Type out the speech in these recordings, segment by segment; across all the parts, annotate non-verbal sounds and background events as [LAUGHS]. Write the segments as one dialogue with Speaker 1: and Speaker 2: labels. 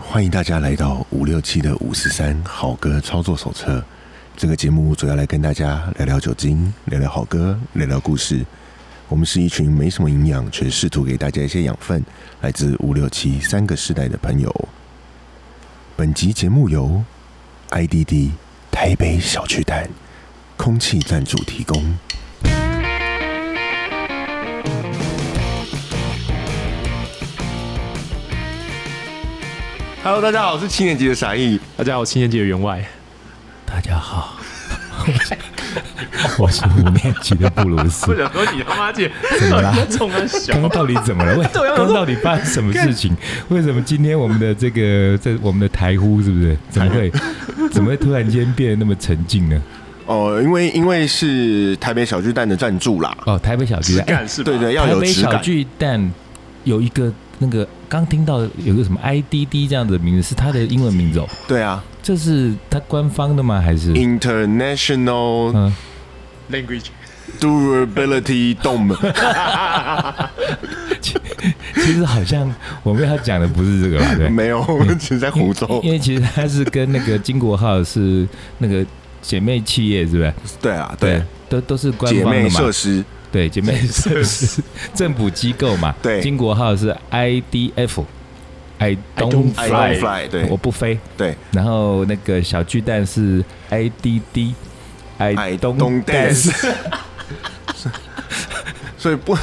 Speaker 1: 欢迎大家来到五六七的五十三好歌操作手册。这个节目主要来跟大家聊聊酒精，聊聊好歌，聊聊故事。我们是一群没什么营养，却试图给大家一些养分，来自五六七三个世代的朋友。本集节目由 IDD 台北小巨蛋空气赞助提供。Hello，大家好，我是七年级的傻义。
Speaker 2: 大家好，我七年级的员外，
Speaker 3: 大家好， [LAUGHS] 我是五年级的布鲁
Speaker 2: [LAUGHS]
Speaker 3: 斯。
Speaker 2: 想说你他妈姐
Speaker 3: 怎么啦？
Speaker 2: 冲他小
Speaker 3: [LAUGHS] 刚刚到底怎么了？喂，
Speaker 2: 对啊我说
Speaker 3: 刚刚到底发生什么事情？为什么今天我们的这个在我们的台呼是不是？怎么会怎么会突然间变得那么沉静呢？
Speaker 1: 哦，因为因为是台北小巨蛋的赞助啦，
Speaker 3: 哦，台北小巨蛋，
Speaker 2: 干是吧？
Speaker 1: 对对，要
Speaker 3: 台
Speaker 1: 有
Speaker 3: 北
Speaker 1: 质
Speaker 3: 小
Speaker 1: 感。
Speaker 3: 巨蛋有一个那个刚听到有个什么 IDD 这样的名字，是它的英文名字哦。
Speaker 1: 对啊
Speaker 3: 这是它官方的吗？还是
Speaker 1: ，International
Speaker 3: 嗯，
Speaker 2: language
Speaker 1: Durability Dome，
Speaker 3: 其实好像我们要讲的不是这个吧？对。嗯
Speaker 1: 没有，我们只是在湖州
Speaker 3: 因。为其实它是跟那个金国号是那个姐妹企业，是不是？
Speaker 1: 对啊，对，，
Speaker 3: 都都是官
Speaker 1: 姐
Speaker 3: 方
Speaker 1: 妹
Speaker 3: 的
Speaker 1: 设
Speaker 3: 嘛，
Speaker 1: 施，
Speaker 3: 对，姐妹设施政府机构嘛。
Speaker 1: 对
Speaker 3: 金国号是 IDF，I don't
Speaker 2: don't
Speaker 1: I
Speaker 2: fly
Speaker 3: fly，
Speaker 1: don't fly，对
Speaker 3: 我不飞。
Speaker 1: 对
Speaker 3: 然后那个小巨蛋是 IDD，I
Speaker 1: ，I don't dance，所以不。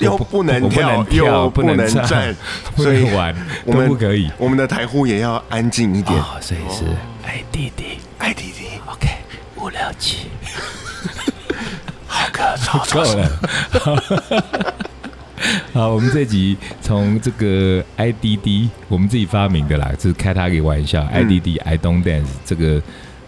Speaker 1: 又不能
Speaker 3: 我不
Speaker 1: 跳
Speaker 3: 能，跳
Speaker 1: 又
Speaker 3: 不
Speaker 1: 能
Speaker 3: 能唱
Speaker 1: 站，
Speaker 3: 不
Speaker 1: 所以
Speaker 3: 能玩，
Speaker 1: 我
Speaker 3: 都
Speaker 1: 们
Speaker 3: 不可以。
Speaker 1: 我们的台呼也要安静一点。哎
Speaker 3: 哦，所以是 IDD，OK，
Speaker 1: IDD
Speaker 3: 五六七。
Speaker 1: 好歌操
Speaker 3: 够了。 [LAUGHS] 好，我们这集从这个 IDD，我们自己发明的啦，就是开他个玩笑、i d d I don't dance 这个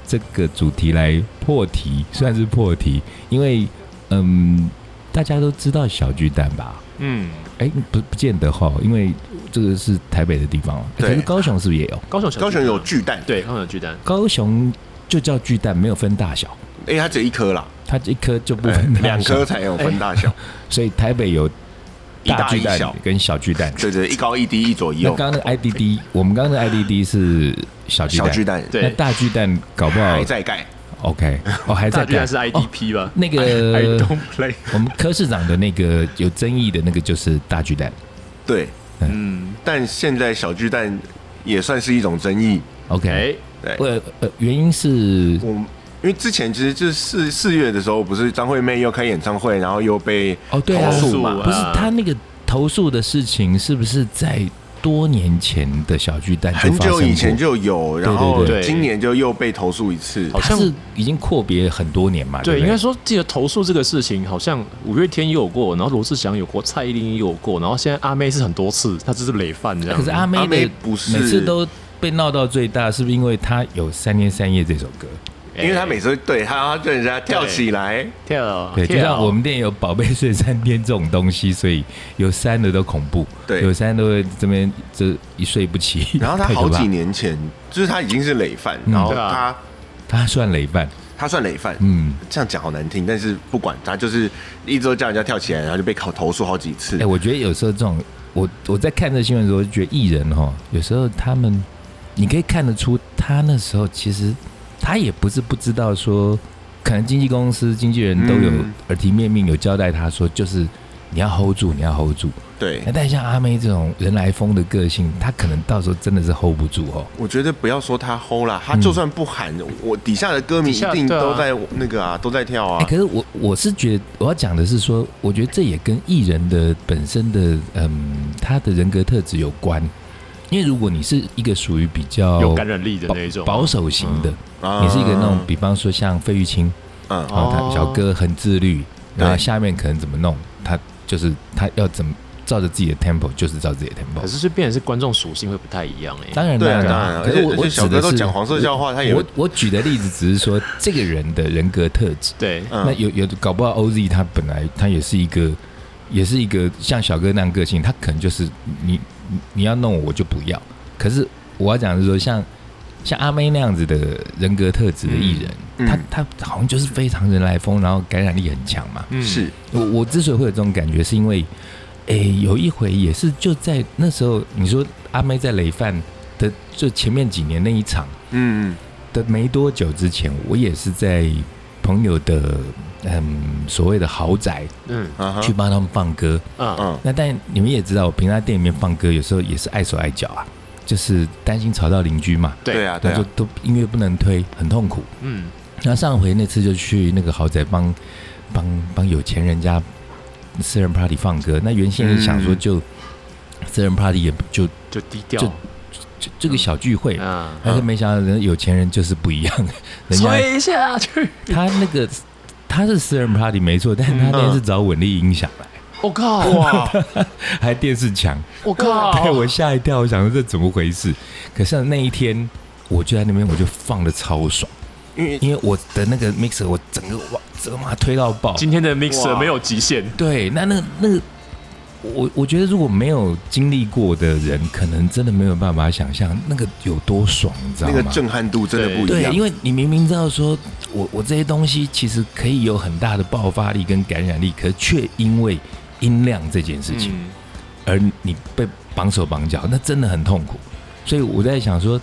Speaker 3: 这个主题来破题，算是破题，因为嗯，大家都知道小巨蛋吧？
Speaker 2: 嗯，
Speaker 3: 哎，不不见得哈，因为这个是台北的地方，啊哎
Speaker 1: 对
Speaker 3: 可是高雄是不是也有？
Speaker 2: 高雄小
Speaker 1: 高雄有巨蛋，
Speaker 2: 对高雄有巨蛋，
Speaker 3: 高雄就叫巨蛋，没有分大小，
Speaker 1: 哎、它只有一颗啦，
Speaker 3: 它一颗就不
Speaker 1: 哎
Speaker 3: 分大小
Speaker 1: 两颗，才有分大小，
Speaker 3: 所以台北有
Speaker 1: 一大
Speaker 3: 哎巨
Speaker 1: 一
Speaker 3: 蛋
Speaker 1: 小
Speaker 3: 跟小巨蛋，
Speaker 1: 对对，一高一低，一左一
Speaker 3: 那
Speaker 1: 右，
Speaker 3: 刚刚那个 IDD，我们刚刚的 IDD 是小巨
Speaker 1: 小
Speaker 3: 蛋，
Speaker 1: 巨蛋
Speaker 2: 对
Speaker 3: 那大巨蛋搞不好
Speaker 1: 还在盖，
Speaker 3: OK，哦还在
Speaker 2: 大巨
Speaker 3: 盖
Speaker 2: 蛋是
Speaker 3: 哦
Speaker 2: IDP 吧？
Speaker 3: 那
Speaker 2: [LAUGHS] I
Speaker 3: 个
Speaker 2: don't play，
Speaker 3: 我们柯市长的那个有争议的那个就是大巨蛋
Speaker 1: 对，
Speaker 2: 嗯，
Speaker 1: 但现在小巨蛋也算是一种争议，
Speaker 3: ，OK，
Speaker 2: 哎，
Speaker 1: 对，
Speaker 3: 呃呃，原因是
Speaker 1: 我因为之前其实就是四四月的时候，不是张惠妹又开演唱会，然后又被
Speaker 3: 哦对啊
Speaker 1: 投诉
Speaker 2: 投
Speaker 1: 嘛
Speaker 2: 诉，
Speaker 3: 不是他那个投诉的事情是不是在多年前的小巨蛋就
Speaker 1: 很
Speaker 3: 发生
Speaker 1: 久
Speaker 3: 过
Speaker 1: 以前就有，然后
Speaker 3: 对
Speaker 2: 对对
Speaker 1: 今年就又被投诉一次
Speaker 2: 好，
Speaker 3: 它
Speaker 2: 像
Speaker 3: 是已经阔别很多年嘛，
Speaker 2: 对，
Speaker 3: 不
Speaker 2: 应该说记得投诉这个事情，好像五月天也有过，然后罗志祥有过，蔡依林也有过，然后现在阿妹是很多次，她只是累犯这样。
Speaker 3: 可是阿
Speaker 1: 嗯
Speaker 3: 妹
Speaker 1: 阿
Speaker 3: 的
Speaker 1: 妹不是
Speaker 3: 每次都被闹到最大，是不是因为她有《三天三夜》这首歌？
Speaker 2: 哎，
Speaker 1: 因为她每次对她对人家跳起来，
Speaker 2: 跳，
Speaker 3: 对，就
Speaker 2: 跳
Speaker 3: [LAUGHS] 像我们店有宝贝睡三天这种东西，所以有三的都恐怖，
Speaker 1: 对
Speaker 3: 有三都会这边这一睡不起。
Speaker 1: 然后她
Speaker 3: [LAUGHS] 太可
Speaker 1: 好
Speaker 3: 怕
Speaker 1: 几，年前就是她已经是累犯，
Speaker 3: 嗯
Speaker 1: 然后
Speaker 2: 对啊
Speaker 1: 她
Speaker 3: 他算累犯，
Speaker 1: 她算累犯，
Speaker 3: 嗯，
Speaker 1: 这样讲好难听，但是不管他就是一周叫人家跳起来，然后就被考投诉好几次。
Speaker 3: 哎、我觉得有时候这种，我我在看这新闻的时候，就觉得艺人哈，有时候他们，你可以看得出他那时候其实他也不是不知道说，可能经纪公司、经纪人都有
Speaker 1: 嗯
Speaker 3: 耳提面命有交代他说，就是你要 hold 住，你要 hold 住。
Speaker 1: 对
Speaker 3: 那，但像阿妹这种人来疯的个性，她可能到时候真的是 hold 不住哦。
Speaker 1: 我觉得不要说他齁啦，他就算不喊，我底下的歌迷
Speaker 2: 底
Speaker 1: 一
Speaker 2: 下
Speaker 1: 定
Speaker 2: 对啊
Speaker 1: 都在那个啊，都在跳
Speaker 3: 哎、
Speaker 1: 啊。
Speaker 3: 可是我我是觉得我要讲的是说，我觉得这也跟艺人的本身的嗯他的人格特质有关，因为如果你是一个属于比较
Speaker 2: 有感染力的那一种
Speaker 3: 保保守型的，
Speaker 1: 啊
Speaker 3: 哎你是一个那种，比方说像费玉清，
Speaker 1: 嗯
Speaker 3: 然后
Speaker 2: 哦
Speaker 3: 他小哥很自律，然后
Speaker 1: 对
Speaker 3: 下面可能怎么弄，他就是他要怎么照着自己的 tempo 就是照自己的
Speaker 2: 可
Speaker 3: tempo。
Speaker 2: 是就变成是观众属性会不太一样哎、
Speaker 3: 当然
Speaker 1: 对啊，
Speaker 3: 当
Speaker 1: 当
Speaker 3: 然
Speaker 1: 然，
Speaker 3: 可
Speaker 1: 而
Speaker 3: 是
Speaker 1: 且
Speaker 3: 我
Speaker 1: 而
Speaker 3: 我
Speaker 1: 且小
Speaker 3: 指
Speaker 1: 哥
Speaker 3: 的
Speaker 1: 都
Speaker 3: 是
Speaker 1: 讲黄色笑话，他也
Speaker 3: 我我举的例子只是说这个人的人格特质。
Speaker 2: 对，
Speaker 1: 嗯
Speaker 3: 那有有的搞不好 OZ 他本来他也是一个，也是一个像小哥那样个性，他可能就是你你你要弄我我就不要。可是我要讲的是说，像像阿妹那样子的人格特质的艺人，
Speaker 1: 嗯嗯
Speaker 3: 他他好像就是非常人来疯，然后感染力很强嘛。
Speaker 2: 嗯
Speaker 1: 是
Speaker 3: 我我之所以会有这种感觉，是因为，诶、有一回也是就在那时候，你说阿妹在累犯的就前面几年那一场
Speaker 1: 嗯
Speaker 3: 的没多久之前，我也是在朋友的嗯所谓的豪宅
Speaker 2: 嗯
Speaker 1: 嗯，啊哈
Speaker 3: 去帮他们放歌。
Speaker 2: 啊
Speaker 1: 嗯
Speaker 3: 那但你们也知道，我平常店里面放歌有时候也是碍手碍脚啊，就是担心吵到邻居嘛，
Speaker 2: 对
Speaker 1: 对啊对
Speaker 3: 那就
Speaker 1: 啊，
Speaker 3: 都音乐不能推，很痛苦。
Speaker 2: 嗯
Speaker 3: 那上回那次就去那个豪宅帮帮帮有钱人家私人 party 放歌，那原先也想说
Speaker 1: 嗯
Speaker 3: 就、私人 party 也就
Speaker 2: 就低调
Speaker 3: 就就这个小聚会，
Speaker 1: 嗯
Speaker 2: 啊，
Speaker 3: 但是没想到人有钱人就是不一样， [LAUGHS] 人家
Speaker 2: 吹下去，
Speaker 3: 他那个他是私人 party 没错，
Speaker 1: 嗯
Speaker 3: 但是他那天是找稳定音响来，
Speaker 2: [LAUGHS] 我靠哇，
Speaker 3: 还电视墙，
Speaker 2: [LAUGHS] 我
Speaker 1: 哦
Speaker 2: 靠，
Speaker 3: 对我吓一跳，我想说这怎么回事？可是那一天我就在那边，我就放的超爽，
Speaker 1: 因为
Speaker 3: 因为我的那个 mixer 我整个哇整个嘛推到爆，
Speaker 2: 今天的 mixer
Speaker 1: 哇
Speaker 2: 没有极限，
Speaker 3: 对，那那个那个，我我觉得如果没有经历过的人，可能真的没有办法想象那个有多爽，你知道
Speaker 1: 那
Speaker 3: 吗？
Speaker 1: 个震撼度真的不一
Speaker 3: 对，
Speaker 1: 样，
Speaker 3: 因
Speaker 1: 为
Speaker 3: 为你明明知道说我我这些东西其实可以有很大的爆发力跟感染力，可却因为音量这件事情，
Speaker 2: 嗯，
Speaker 3: 而你被绑手绑脚，那真的很痛苦。所以我在想说，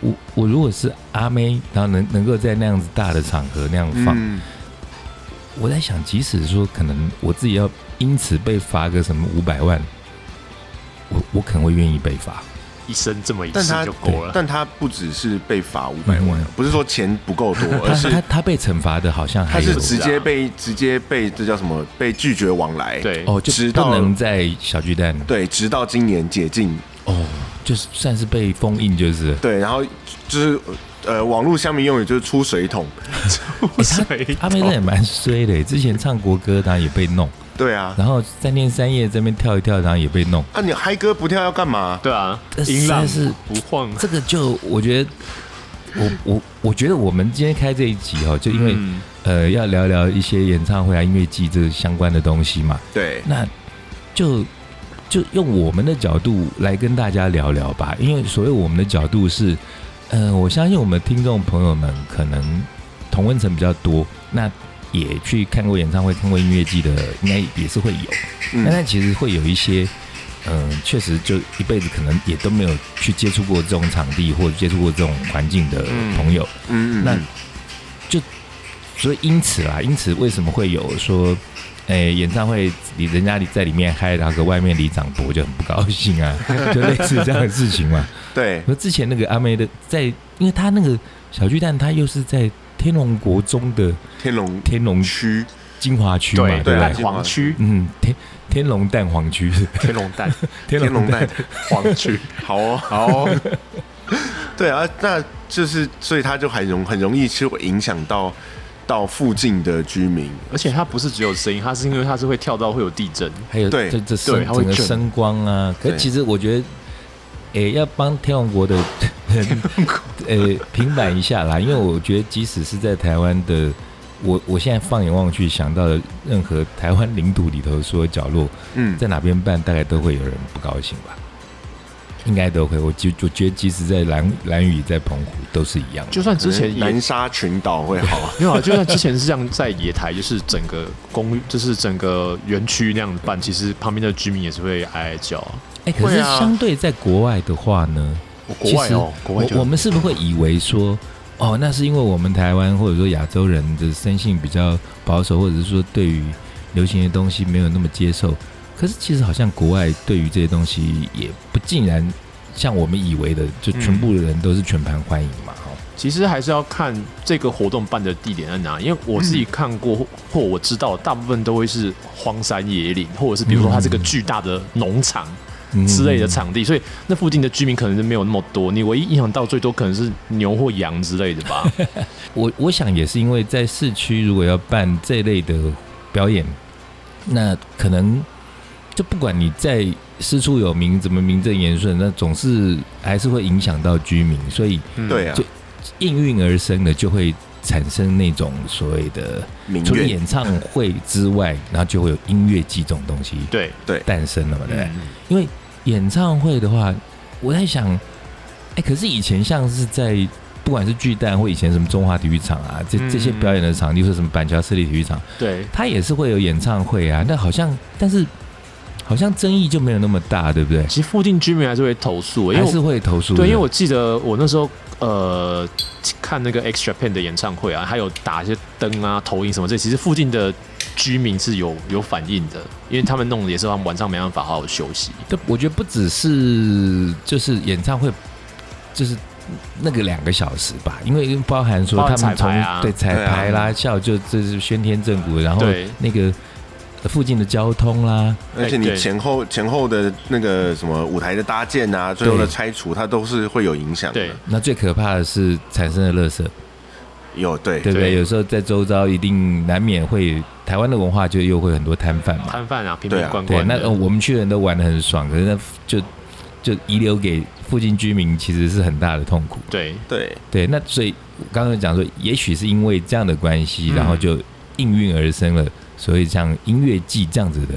Speaker 3: 我我如果是阿妹，然后能能够在那样子大的场合那样放，
Speaker 1: 嗯
Speaker 3: 我在想，即使说可能我自己要因此被罚个什么五百万，我我可能会愿意被罚。
Speaker 2: 一生这么一
Speaker 1: 但
Speaker 2: 次
Speaker 1: 他
Speaker 2: 就够了，
Speaker 1: 但他不只是被罚五百万
Speaker 3: 嗯，
Speaker 1: 不是说钱不够多，而
Speaker 3: [LAUGHS] 他
Speaker 1: 是
Speaker 3: 他他被惩罚的好像
Speaker 1: 他
Speaker 3: 还
Speaker 1: 是
Speaker 3: 有
Speaker 1: 直接被直接被这叫什么被拒绝往来，
Speaker 2: 啊对 [LAUGHS]
Speaker 3: 哦，
Speaker 1: 直
Speaker 3: 就
Speaker 1: 到
Speaker 3: 不能在小巨蛋
Speaker 1: 对，直到今年解禁，
Speaker 3: 哦，就是算是被封印，就是
Speaker 1: 对，然后就是呃网络乡民用语就是出水桶，
Speaker 2: 水
Speaker 3: 诶他阿妹那也蛮衰的，之前唱国歌然后也被弄，
Speaker 1: 对啊，
Speaker 3: 然后三天三夜这边跳一跳然后也被弄，
Speaker 1: 啊你嗨歌不跳要干嘛？
Speaker 2: 对啊，
Speaker 3: 这
Speaker 2: 音浪
Speaker 3: 实在是
Speaker 2: 不晃，
Speaker 3: 这个就我觉得。我我我觉得我们今天开这一集哦，就因为、
Speaker 2: 嗯
Speaker 3: 呃要聊聊一些演唱会啊、音乐季这相关的东西嘛。
Speaker 1: 对，
Speaker 3: 那就就用我们的角度来跟大家聊聊吧，因为所谓我们的角度是，呃，我相信我们听众朋友们可能同温层比较多，那也去看过演唱会、看过音乐季的，应该也是会有。哎那
Speaker 1: 嗯
Speaker 3: 但其实会有一些，嗯、确实就一辈子可能也都没有去接触过这种场地或者接触过这种环境的
Speaker 2: 嗯
Speaker 3: 朋友，
Speaker 1: 嗯嗯
Speaker 3: 那
Speaker 1: 嗯
Speaker 3: 所以因此啦，因此为什么会有说，诶、演唱会里人家里在里面嗨，然后搁外面里长博就很不高兴啊， [LAUGHS] 就类似这样的事情嘛。
Speaker 1: 对，
Speaker 3: 我之前那个阿妹的在，因为她那个小巨蛋，她又是在天龙国中的
Speaker 1: 天龙
Speaker 3: 天龙
Speaker 1: 区，
Speaker 3: 精华区嘛，
Speaker 2: 对
Speaker 3: 不
Speaker 1: 啊
Speaker 2: 蛋
Speaker 3: 对？
Speaker 2: 黄区，
Speaker 3: 嗯，天天龙蛋黄区，
Speaker 2: 天龙蛋 [LAUGHS]
Speaker 3: 天
Speaker 1: 天龙蛋
Speaker 2: 黄区，
Speaker 1: 好哦，好哦。对啊，那就是，所以他就很容很容易是会影响到到附近的居民。
Speaker 2: 而且它不是只有声音，它是因为它是会跳到会有地震，
Speaker 3: 还有
Speaker 1: 对
Speaker 3: 这这声
Speaker 2: 对它会
Speaker 3: 整个
Speaker 2: 震
Speaker 3: 声光啊。可
Speaker 1: 对
Speaker 3: 是其实我觉得，诶、要帮天龙国的人， [LAUGHS] 呃，平反一下啦，因为我觉得即使是在台湾的，我我现在放眼望去想到的任何台湾领土里头所有角落，
Speaker 1: 嗯，
Speaker 3: 在哪边办，大概都会有人不高兴吧。应该都会，我就我觉得，即使在蓝蓝屿、在澎湖，都是一样的。
Speaker 2: 就算之前
Speaker 3: 嗯
Speaker 1: 可能
Speaker 2: 也
Speaker 1: 南沙群岛会好，
Speaker 2: 没有啊，就像之前是这样，在野台，就是整个公寓，就是整个园区那样办，其实旁边的居民也是会哀哀叫啊。
Speaker 3: 哎、可是
Speaker 1: 会啊
Speaker 3: 相对在国外的话呢，
Speaker 2: 我国外哦，国外
Speaker 3: 我
Speaker 2: 就
Speaker 3: 我们是不是会以为说，哦，那是因为我们台湾或者说亚洲人的生性比较保守，或者是说对于流行的东西没有那么接受？可是其实好像国外对于这些东西也不尽然像我们以为的，就全部的人都是全盘欢迎嘛。哦
Speaker 2: 其实还是要看这个活动办的地点在哪，因为我自己看过
Speaker 1: 嗯
Speaker 2: 或或我知道，大部分都会是荒山野岭，或者是比如说它是个巨大的农场
Speaker 3: 嗯
Speaker 2: 之类的场地，所以那附近的居民可能就没有那么多。你唯一影响到最多可能是牛或羊之类的吧？
Speaker 3: 我我想也是因为在市区，如果要办这类的表演，那可能就不管你在师出有名，怎么名正言顺，那总是还是会影响到居民，所以
Speaker 2: 嗯
Speaker 1: 对啊
Speaker 3: 就，应运而生的就会产生那种所谓的，
Speaker 1: 民
Speaker 3: 除了
Speaker 1: 怨，
Speaker 3: 演唱会之外，然后就会有音乐季这种东西
Speaker 2: 对，
Speaker 3: 诞生了嘛，对不对？
Speaker 2: 嗯
Speaker 3: 因为演唱会的话，我在想，哎、可是以前像是在不管是巨蛋或以前什么中华体育场啊，这
Speaker 2: 嗯
Speaker 3: 这些表演的场地，或者什么板桥市立体育场，
Speaker 2: 对，
Speaker 3: 它也是会有演唱会啊。那好像，但是好像争议就没有那么大，对不对？
Speaker 2: 其实附近居民还是会投诉，因为
Speaker 3: 还
Speaker 2: 我
Speaker 3: 是会投诉的。
Speaker 2: 对，因为我记得我那时候呃看那个 X Japan 的演唱会啊，还有打一些灯啊、投影什么这，其实附近的居民是有有反应的，因为他们弄的也是他们晚上没办法好好休息。
Speaker 3: 这我觉得不只是就是演唱会，就是那个两个小时吧，因为包含说
Speaker 2: 包含
Speaker 3: 他
Speaker 2: 彩
Speaker 3: 们从
Speaker 2: 排啊
Speaker 3: 对彩排啦、笑就这是喧天震鼓，然后
Speaker 2: 对
Speaker 3: 那个附近的交通啦，
Speaker 1: 而且你
Speaker 2: 对
Speaker 1: 前后前后的那个什么舞台的搭建啊，最后的拆除，它都是会有影响的。
Speaker 2: 对，
Speaker 3: 那最可怕的是产生的垃圾，
Speaker 1: 有对
Speaker 3: 对不对？
Speaker 2: 对
Speaker 3: 有时候在周遭一定难免会台湾的文化就又会很多摊贩嘛，
Speaker 2: 摊贩啊，瓶
Speaker 1: 对
Speaker 2: 瓶
Speaker 1: 啊
Speaker 2: 罐
Speaker 3: 对，
Speaker 2: 罐
Speaker 3: 那
Speaker 2: 的，
Speaker 3: 呃我们去的人都玩的很爽，可是那就就遗留给附近居民其实是很大的痛苦。
Speaker 2: 对
Speaker 1: 对，
Speaker 3: 对，那所以我刚刚有讲说，也许是因为这样的关系，
Speaker 2: 嗯
Speaker 3: 然后就应运而生了，所以像音乐季这样子的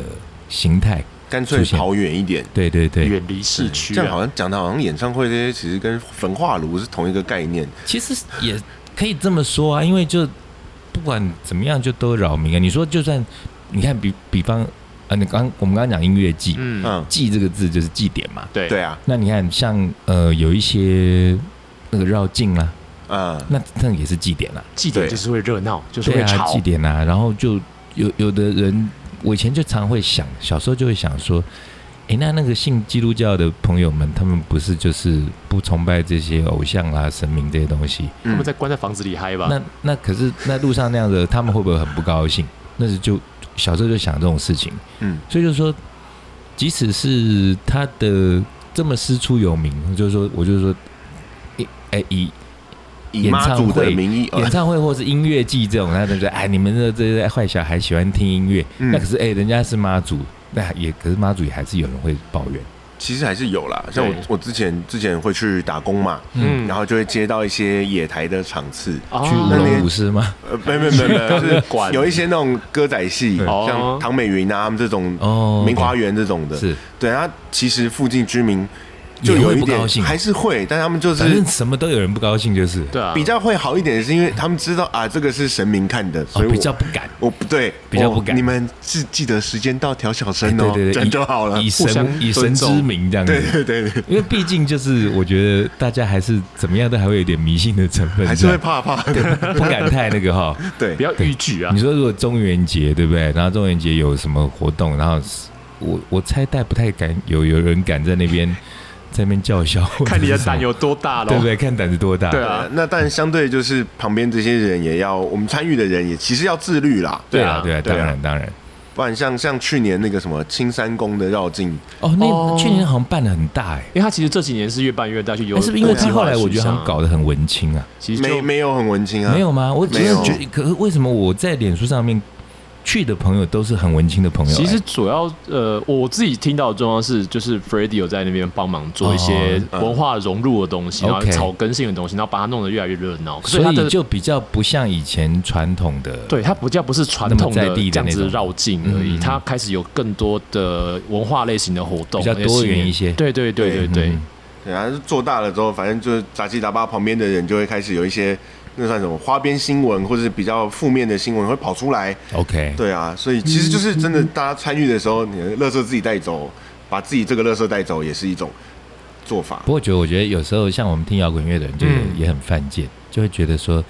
Speaker 3: 形态，
Speaker 1: 干脆
Speaker 3: 出现
Speaker 1: 跑远一点。嗯
Speaker 3: 对对对，
Speaker 2: 远离市区、啊，
Speaker 1: 这样好像讲的好像演唱会这些其实跟焚化炉是同一个概念。
Speaker 3: 其实也可以这么说啊，因为就不管怎么样，就都扰民啊。你说就算你看比比方啊，你刚我们刚刚讲音乐季，
Speaker 2: 嗯，
Speaker 1: 嗯，
Speaker 3: 季这个字就是祭典嘛，
Speaker 2: 对
Speaker 1: 对啊，
Speaker 3: 那你看像呃有一些那个绕境啦、
Speaker 1: 嗯，
Speaker 3: 那那也是祭典啊啦、
Speaker 2: 祭典
Speaker 1: 对
Speaker 2: 就是会热闹，就是
Speaker 3: 对
Speaker 2: 会
Speaker 3: 啊，
Speaker 2: 吵
Speaker 3: 祭，典啊，然后就有有的人，我以前就常会想，小时候就会想说，诶，那那个信基督教的朋友们，他们不是就是不崇拜这些偶像啦、神明这些东西？
Speaker 2: 他
Speaker 1: 嗯
Speaker 2: 们在关在房子里嗨吧。
Speaker 3: 那那可是那路上那样的，他们会不会很不高兴？那是就小时候就想这种事情，
Speaker 1: 嗯，
Speaker 3: 所以就是说，即使是他的这么师出有名，就是说，我就是说，诶，诶以
Speaker 1: 以妈祖的名义，
Speaker 3: [LAUGHS] 演
Speaker 1: 呃
Speaker 3: 唱会或是音乐季这种，他就觉得哎，你们这这些坏小孩喜欢听音乐，
Speaker 1: 嗯
Speaker 3: 那可是哎、人家是妈祖，那也可是妈祖也还是有人会抱怨，
Speaker 1: 呃其实还是有啦。像我
Speaker 2: 对
Speaker 1: 我之前之前会去打工嘛，
Speaker 3: 嗯，
Speaker 1: 然后就会接到一些野台的场次，
Speaker 2: 啊
Speaker 3: 去舞
Speaker 1: 那
Speaker 3: 龙
Speaker 1: 边
Speaker 3: 舞狮吗？
Speaker 1: 呃，没没没没，就是
Speaker 2: 管
Speaker 1: 有一些那种歌仔戏，
Speaker 2: 哦
Speaker 1: 像唐美云啊他们这种，
Speaker 3: 哦，
Speaker 1: 明华园这种的，
Speaker 3: 是，
Speaker 1: 对，他其实附近居民就
Speaker 3: 也
Speaker 1: 有
Speaker 3: 会
Speaker 1: 一
Speaker 3: 不
Speaker 1: 点
Speaker 3: 高兴
Speaker 1: 还是会，但他们就
Speaker 3: 反正
Speaker 1: 是
Speaker 3: 什么都有人不高兴，就是哦
Speaker 2: 对啊，
Speaker 1: 比较会好一点，是因为他们知道啊，这个是神明看的，所
Speaker 3: 哦
Speaker 1: 以，我
Speaker 3: 比较不敢。
Speaker 1: 我不对，
Speaker 3: 比较
Speaker 1: 我
Speaker 3: 不敢
Speaker 1: 你们是记得时间到调小
Speaker 3: 哎
Speaker 1: 声
Speaker 3: 对
Speaker 1: 哦，这
Speaker 3: 对对，
Speaker 1: 样
Speaker 3: 以
Speaker 1: 就好了
Speaker 3: 以。
Speaker 2: 互
Speaker 3: 神
Speaker 2: 相
Speaker 3: 以神
Speaker 2: 尊重
Speaker 3: 之名这样
Speaker 1: 对
Speaker 3: 子，
Speaker 1: 对对对，
Speaker 3: 因为毕竟就是我觉得大家还是怎么样都还会有点迷信的成分在，
Speaker 1: 还是会怕怕的。
Speaker 3: 不敢太那个哈。
Speaker 1: 对
Speaker 2: 比，较逾矩啊
Speaker 3: 你。说如果中元节对不对？然后中元节有什么活动？然后我我猜大家不太敢有有人敢在那边 [LAUGHS] 在那边叫嚣，
Speaker 2: [LAUGHS] 看你的胆
Speaker 3: 胆
Speaker 2: 有多大咯。
Speaker 3: 对不对？看胆子多大。
Speaker 2: 对啊
Speaker 1: 呃那但相对就是旁边这些人也要，我们参与的人也其实要自律啦，
Speaker 3: 对
Speaker 2: 对
Speaker 3: 啊
Speaker 2: 啊
Speaker 3: 对啊，
Speaker 1: 对
Speaker 3: 当
Speaker 1: 啊
Speaker 3: 然当然。
Speaker 1: 不然像像去年那个什么青山宫的绕境，
Speaker 3: 哦，那
Speaker 2: 哦
Speaker 3: 去年好像办的很大哎，
Speaker 2: 因为他其实这几年是越办越大，就有
Speaker 3: 哎是不是因为
Speaker 2: 计划
Speaker 3: 他后来我觉
Speaker 2: 的取
Speaker 3: 得好像
Speaker 2: 向啊
Speaker 3: 搞得很文青啊？
Speaker 2: 其实
Speaker 1: 没
Speaker 2: 就
Speaker 1: 没有很文青啊，
Speaker 3: 没有吗？我只
Speaker 1: 没
Speaker 3: 是
Speaker 1: 有
Speaker 3: 觉得，可是为什么我在脸书上面去的朋友都是很文青的朋友？
Speaker 2: 其实
Speaker 3: 哎
Speaker 2: 主要呃，我自己听到的状况是，就是 Freddy 有在那边帮忙做一些
Speaker 1: 哦
Speaker 2: 文化融入的东西，
Speaker 3: 嗯
Speaker 2: 然后
Speaker 3: OK
Speaker 2: 草根性的东西，然后把它弄得越来越热闹。
Speaker 3: 所
Speaker 2: 他
Speaker 3: 以
Speaker 2: 的
Speaker 3: 就比较不像以前传统的
Speaker 2: 对它比较不是传统
Speaker 3: 那么在地的
Speaker 2: 这样
Speaker 3: 那
Speaker 2: 子
Speaker 3: 种
Speaker 2: 绕境而
Speaker 3: 嗯
Speaker 2: 已，
Speaker 3: 嗯嗯
Speaker 2: 它开始有更多的文化类型的活动，
Speaker 3: 比较哦多元一
Speaker 2: 而且
Speaker 3: 些
Speaker 2: 对对对对对
Speaker 3: 嗯，
Speaker 1: 对啊，做大了之后，反正就是杂七杂八，旁边的人就会开始有一些那算什么花边新闻，或者是比较负面的新闻会跑出来。
Speaker 3: OK。
Speaker 1: 对啊，所以其实就是真的，大家参与的时候，你的垃圾自己带走，把自己这个垃圾带走也是一种做法
Speaker 3: 不。过，觉得我觉得有时候像我们听摇滚乐的人，就是
Speaker 2: 嗯
Speaker 3: 也很犯贱，就会觉得说，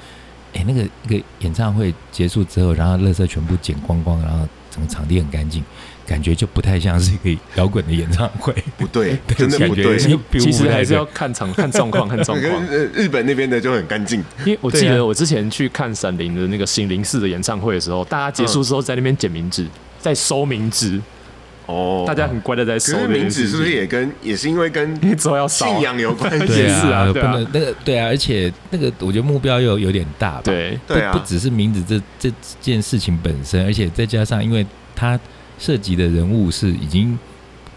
Speaker 3: 哎、那个那个演唱会结束之后，然后垃圾全部捡光光，然后整个场地很干净，感觉就不太像是一个摇滚的演唱会，
Speaker 1: 不对，真的
Speaker 3: 感
Speaker 1: 不
Speaker 3: 觉
Speaker 1: 对。
Speaker 3: 是 [LAUGHS]
Speaker 1: 可
Speaker 3: 并
Speaker 2: 其
Speaker 3: 不
Speaker 2: 实
Speaker 3: 太
Speaker 2: 还是
Speaker 3: 对
Speaker 2: 要看场看状
Speaker 3: [LAUGHS]
Speaker 2: 况看状
Speaker 1: 是
Speaker 3: 啊
Speaker 2: 况。
Speaker 1: 呃日本那边的就很干净，
Speaker 2: 因为我记
Speaker 3: 对啊
Speaker 2: 得我之前去看闪灵的那个新灵寺的演唱会的时候，大家结束之后在那边捡名字，在收名字，
Speaker 1: 哦
Speaker 2: 大家很乖的在
Speaker 1: 可
Speaker 2: 收
Speaker 1: 是
Speaker 2: 这件
Speaker 1: 名
Speaker 2: 事情。
Speaker 1: 字是不是也跟也是因为跟
Speaker 2: 因为之后要扫啊
Speaker 1: 信仰有关
Speaker 2: [LAUGHS] 对
Speaker 1: 系？
Speaker 2: 也是啊
Speaker 3: 不
Speaker 2: 对啊
Speaker 3: 能那个对啊，而且那个我觉得目标又有点大吧，
Speaker 2: 对
Speaker 3: 不
Speaker 1: 对啊
Speaker 3: 不只是名字这这件事情本身，而且再加上因为它涉及的人物是已经